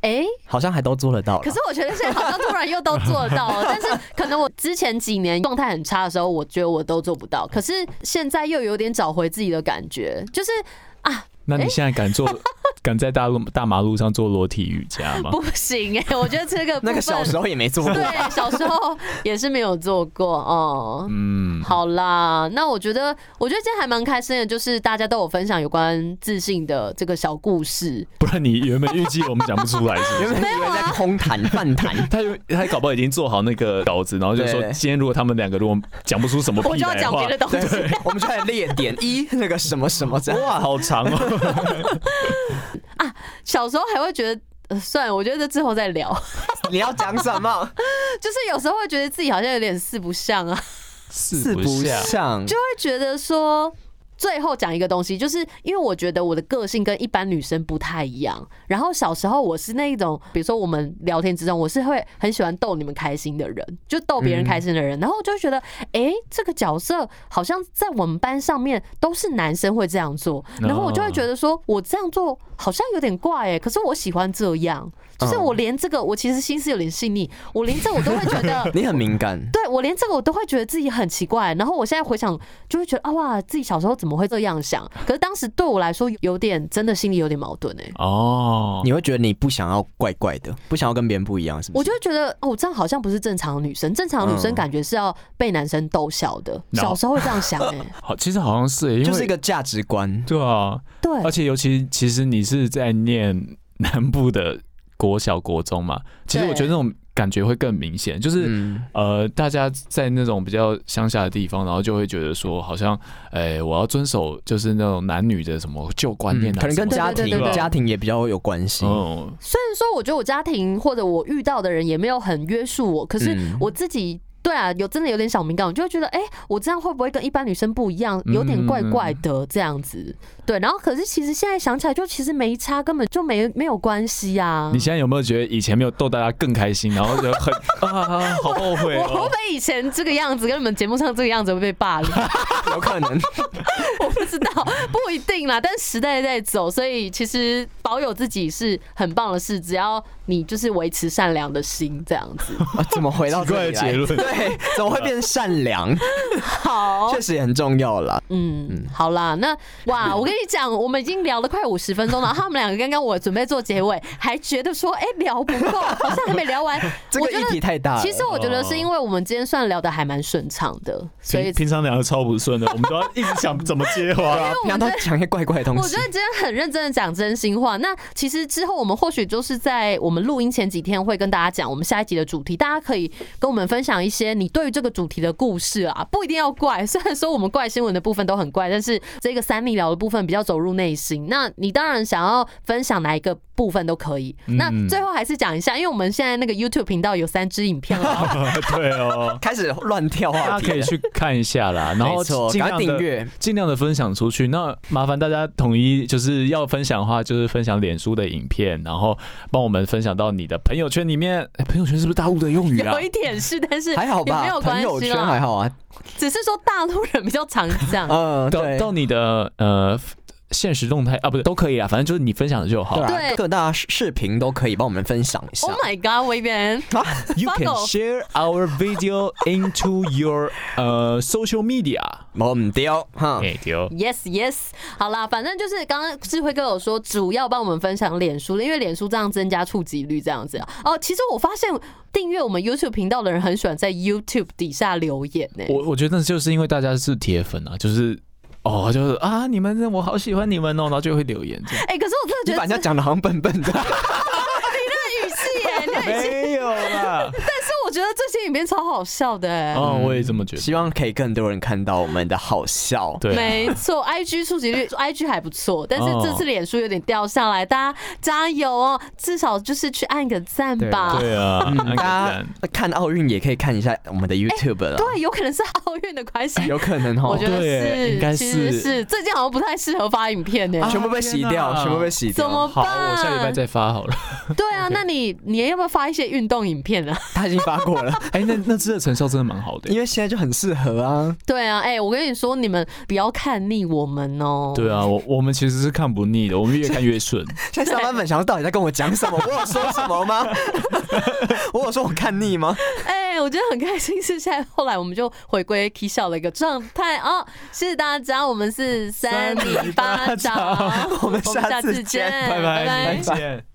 Speaker 1: 哎、
Speaker 3: 好像还都做得到 [laughs] 啦。
Speaker 1: 可是我觉得现在好像突然又都做得到了，但是可能我之前几年状态很差的时候，我觉得我都做不到。可是现在又有点找回自己的感觉，就是
Speaker 2: 那你现在敢做， [laughs] 敢在大路大马路上做裸体瑜伽吗？
Speaker 1: 不行哎、我觉得这个
Speaker 3: 那个小时
Speaker 1: 候
Speaker 3: 候也 [laughs] 没做
Speaker 1: [laughs]
Speaker 3: 过，
Speaker 1: 对小时候也是没有做过哦。
Speaker 2: 嗯，
Speaker 1: 好啦，那我觉得，我觉得今天还蛮开心的，就是大家都有分享有关自信的这个小故事。
Speaker 2: 不然你原本预计我们讲不出来，是不
Speaker 3: 原
Speaker 2: 是？
Speaker 3: 本以为在空谈半谈，
Speaker 2: 他有他搞不好已经做好那个稿子，然后就说
Speaker 3: 对
Speaker 2: 今天如果他们两个如果讲不出什么
Speaker 1: 我
Speaker 2: 屁
Speaker 1: 就要
Speaker 2: 来的
Speaker 1: 讲
Speaker 2: 话
Speaker 1: 别，的东西。
Speaker 3: 对， [laughs] 我们就来列点一那个什么什么这样。
Speaker 2: 哇，好长哦。
Speaker 1: [laughs] 小时候还会觉得。呃算了，我觉得这之后再聊。 [laughs]
Speaker 3: 你要讲什么？
Speaker 1: 就是有时候会觉得自己好像有点四不像啊，
Speaker 2: 四不像，
Speaker 3: 像，，
Speaker 1: 就会觉得说，最后讲一个东西，就是因为我觉得我的个性跟一般女生不太一样。然后小时候我是那一种，比如说我们聊天之中，我是会很喜欢逗你们开心的人，就逗别人开心的人。然后我就会觉得，哎、这个角色好像在我们班上面都是男生会这样做，然后我就会觉得说，我这样做好像有点怪哎、可是我喜欢这样，就是我连这个，我其实心思有点细腻，我连这我都会觉得
Speaker 3: 你很敏感，
Speaker 1: 对我连这个我都会觉得自己很奇怪。然后我现在回想，就会觉得啊哇，自己小时候怎么会这样想？可是当时对我来说，有点真的心里有点矛盾哎、
Speaker 2: 哦，
Speaker 3: 你会觉得你不想要怪怪的，不想要跟别人不一样，是不是？
Speaker 1: 我就会觉得哦，这样好像不是正常的女生，正常的女生
Speaker 3: 嗯
Speaker 1: 感觉是要被男生逗笑的。
Speaker 2: No
Speaker 1: 小时候会这样想哎、
Speaker 2: 好，其实好像是耶，因为
Speaker 3: 就是一个价值观，
Speaker 2: 对啊， [laughs]
Speaker 1: 对
Speaker 2: 而且尤其其实你是在念南部的国小国中嘛，其实我
Speaker 1: 对
Speaker 2: 觉得那种感觉会更明显，就是。
Speaker 3: 嗯，
Speaker 2: 呃，大家在那种比较乡下的地方，然后就会觉得说，好像，哎、我要遵守就是那种男女的什么旧观念、啊
Speaker 3: 嗯可能
Speaker 2: 什
Speaker 3: 跟
Speaker 2: 么
Speaker 3: 家
Speaker 2: 什么
Speaker 1: 对对对
Speaker 3: 庭
Speaker 1: 对
Speaker 3: 家庭也比较有关系，
Speaker 2: 嗯，
Speaker 1: 虽然说我觉得我家庭或者我遇到的人也没有很约束我，可是
Speaker 3: 嗯
Speaker 1: 我自己。对啊，有真的有点小敏感，我就会觉得，哎、我这样会不会跟一般女生不一样，有点怪怪的这样子？对，然后可是其实现在想起来，就其实没差，根本就没没有关系啊。
Speaker 2: 你现在有没有觉得以前没有逗大家更开心，然后就很 [laughs] 啊，好后悔
Speaker 1: 我会不
Speaker 2: 哦？
Speaker 1: 会以前这个样子，跟你们节目上这个样子会被霸凌？
Speaker 3: 有可能。
Speaker 1: 我不知道，不一定啦。但时代在走，所以其实保有自己是很棒的事，只要你就是维持善良的心，这样子。
Speaker 3: 啊 [laughs] 怎么回到
Speaker 2: 奇怪的
Speaker 3: 这里来
Speaker 2: 结论
Speaker 3: 对，怎么会变善良？
Speaker 1: 好，
Speaker 3: 确实也很重要啦。
Speaker 1: 哦嗯，好啦，那哇，我跟你讲，我们已经聊了快五十分钟了，他们两个刚刚我准备做结尾，还觉得说，哎、聊不够，好像还没聊完。
Speaker 3: 这
Speaker 1: 我
Speaker 3: 个
Speaker 1: 觉
Speaker 3: 议
Speaker 1: 得
Speaker 3: 题太大了。
Speaker 1: 其实我觉得是因为我们今天算聊的还蛮顺畅的，所以
Speaker 2: 平平常聊的超不顺的，我们都要一直想怎么接话、 [laughs]
Speaker 3: 对啊，平常都讲一些怪怪的东
Speaker 1: 我
Speaker 3: 西
Speaker 1: 觉得。今天很认真的讲真心话。那其实之后我们或许就是在我们录音前几天会跟大家讲我们下一集的主题，大家可以跟我们分享一些你对于这个主题的故事啊，不一定要怪。虽然说我们怪新闻的部分都很怪，但是这个三密聊的部分比较走入内心。那你当然想要分享哪一个部分都可以。那
Speaker 3: 嗯
Speaker 1: 最后还是讲一下，因为我们现在那个 YouTube 频道有三支影片了。
Speaker 2: 对哦。
Speaker 3: 开始乱跳
Speaker 2: 大
Speaker 3: 话
Speaker 2: 家
Speaker 3: 题，
Speaker 2: 可以去看一下
Speaker 3: [laughs]
Speaker 2: 啦，然后
Speaker 3: 没错
Speaker 2: 尽
Speaker 3: 赶
Speaker 2: 量
Speaker 3: 快
Speaker 2: 的
Speaker 3: 订阅
Speaker 2: 尽量的分享出去。那麻烦大家统一就是要分享的话，就是分享脸书的影片，然后帮我们分享到你的朋友圈里面。哎朋友圈是不是大陆的用语啊
Speaker 1: 有？一点是，但是
Speaker 3: 还好
Speaker 1: 也没
Speaker 3: 吧？
Speaker 1: 有
Speaker 3: 朋
Speaker 1: 关
Speaker 3: 友
Speaker 1: 系
Speaker 3: 圈
Speaker 1: 啦
Speaker 3: 还。好啊。
Speaker 1: 只是说大陆人比较常这
Speaker 3: [laughs]
Speaker 1: 样。
Speaker 3: 嗯，
Speaker 2: 到
Speaker 3: 对。
Speaker 2: 到你的呃现实动态啊，不是都可以啊，反正就是你分享的就好
Speaker 3: 对。啊
Speaker 1: 对，
Speaker 3: 各大视视频都可以帮我们分享一下
Speaker 1: Oh。my god，威廉，
Speaker 2: [laughs] You can
Speaker 1: Fuck off
Speaker 2: share our video into your 呃 social media。
Speaker 3: 我们丢哈，
Speaker 2: 哎丢，
Speaker 1: Yes Yes，好啦，反正就是刚刚智慧哥有说，主要帮我们分享脸书的，因为脸书这样增加触及率这样子啊。哦，其实我发现订阅我们 YouTube 频道的人很喜欢在 YouTube 底下留言欸呢、
Speaker 2: 我我觉得就是因为大家是铁粉啊，就是哦，就是啊，你们我好喜欢你们哦，然后就会留言这样。
Speaker 1: 哎、可是我真的
Speaker 3: 你
Speaker 1: 觉
Speaker 3: 把
Speaker 1: 得
Speaker 3: 人家讲的好像笨笨的，
Speaker 1: 这语气耶、那语气，
Speaker 2: [laughs] 没有啦，
Speaker 1: 但是我觉得这些影片超好笑的哎、
Speaker 2: [laughs] 哦，我也这么觉得。
Speaker 3: 希望可以更多人看到我们的好笑。
Speaker 2: 对啊，
Speaker 1: 没错，IG 触及率，IG 还不错，但是
Speaker 2: 哦
Speaker 1: 这次脸书有点掉下来，大家加油哦！至少就是去按个赞吧。
Speaker 2: 对啊，按个
Speaker 3: 嗯大
Speaker 2: 赞
Speaker 3: 家看奥运也可以看一下我们的 YouTube 了，
Speaker 1: 哎对，有可能是奥运的关系，
Speaker 3: [laughs] 有可能哦
Speaker 1: 我。觉得
Speaker 2: 对
Speaker 1: 是，
Speaker 2: 应该
Speaker 1: 其实
Speaker 2: 是
Speaker 1: 是最近好像不太适合发影片呢、
Speaker 2: 啊
Speaker 3: 哎全部被洗掉
Speaker 2: 天，哪
Speaker 3: 全部被洗
Speaker 1: 怎
Speaker 3: 掉。
Speaker 1: 么
Speaker 2: 好，
Speaker 1: 办？
Speaker 2: 我下礼拜再发好了。
Speaker 1: 对啊，那你你要不要发一些运动影片啊？ [laughs]
Speaker 3: 他已经发过了，
Speaker 2: 哎，那那支的成效真的蛮好的
Speaker 3: 因。为现在就很适合啊。
Speaker 1: 对啊，哎、我跟你说，你们不要看腻我们哦、
Speaker 2: 对啊，我我们其实是看不腻的，我们越看
Speaker 1: [laughs]
Speaker 2: 越顺。
Speaker 3: 现在上班本想要到底在跟我讲什么？我有说什么
Speaker 1: [laughs]
Speaker 3: 吗？我有说我看腻吗？
Speaker 1: 哎、我觉得很开心，是现在后来我们就回归 K 笑的一个状态哦。谢谢大家，我们是三
Speaker 2: 三
Speaker 1: 零
Speaker 2: 零
Speaker 1: 八
Speaker 2: 八
Speaker 1: 掌
Speaker 2: 掌，
Speaker 1: 我
Speaker 3: 我们
Speaker 1: 们
Speaker 3: 下
Speaker 1: 下
Speaker 3: 次
Speaker 1: 次
Speaker 3: 见
Speaker 1: 见，
Speaker 2: 拜
Speaker 1: 嗯拜
Speaker 2: 拜，再见。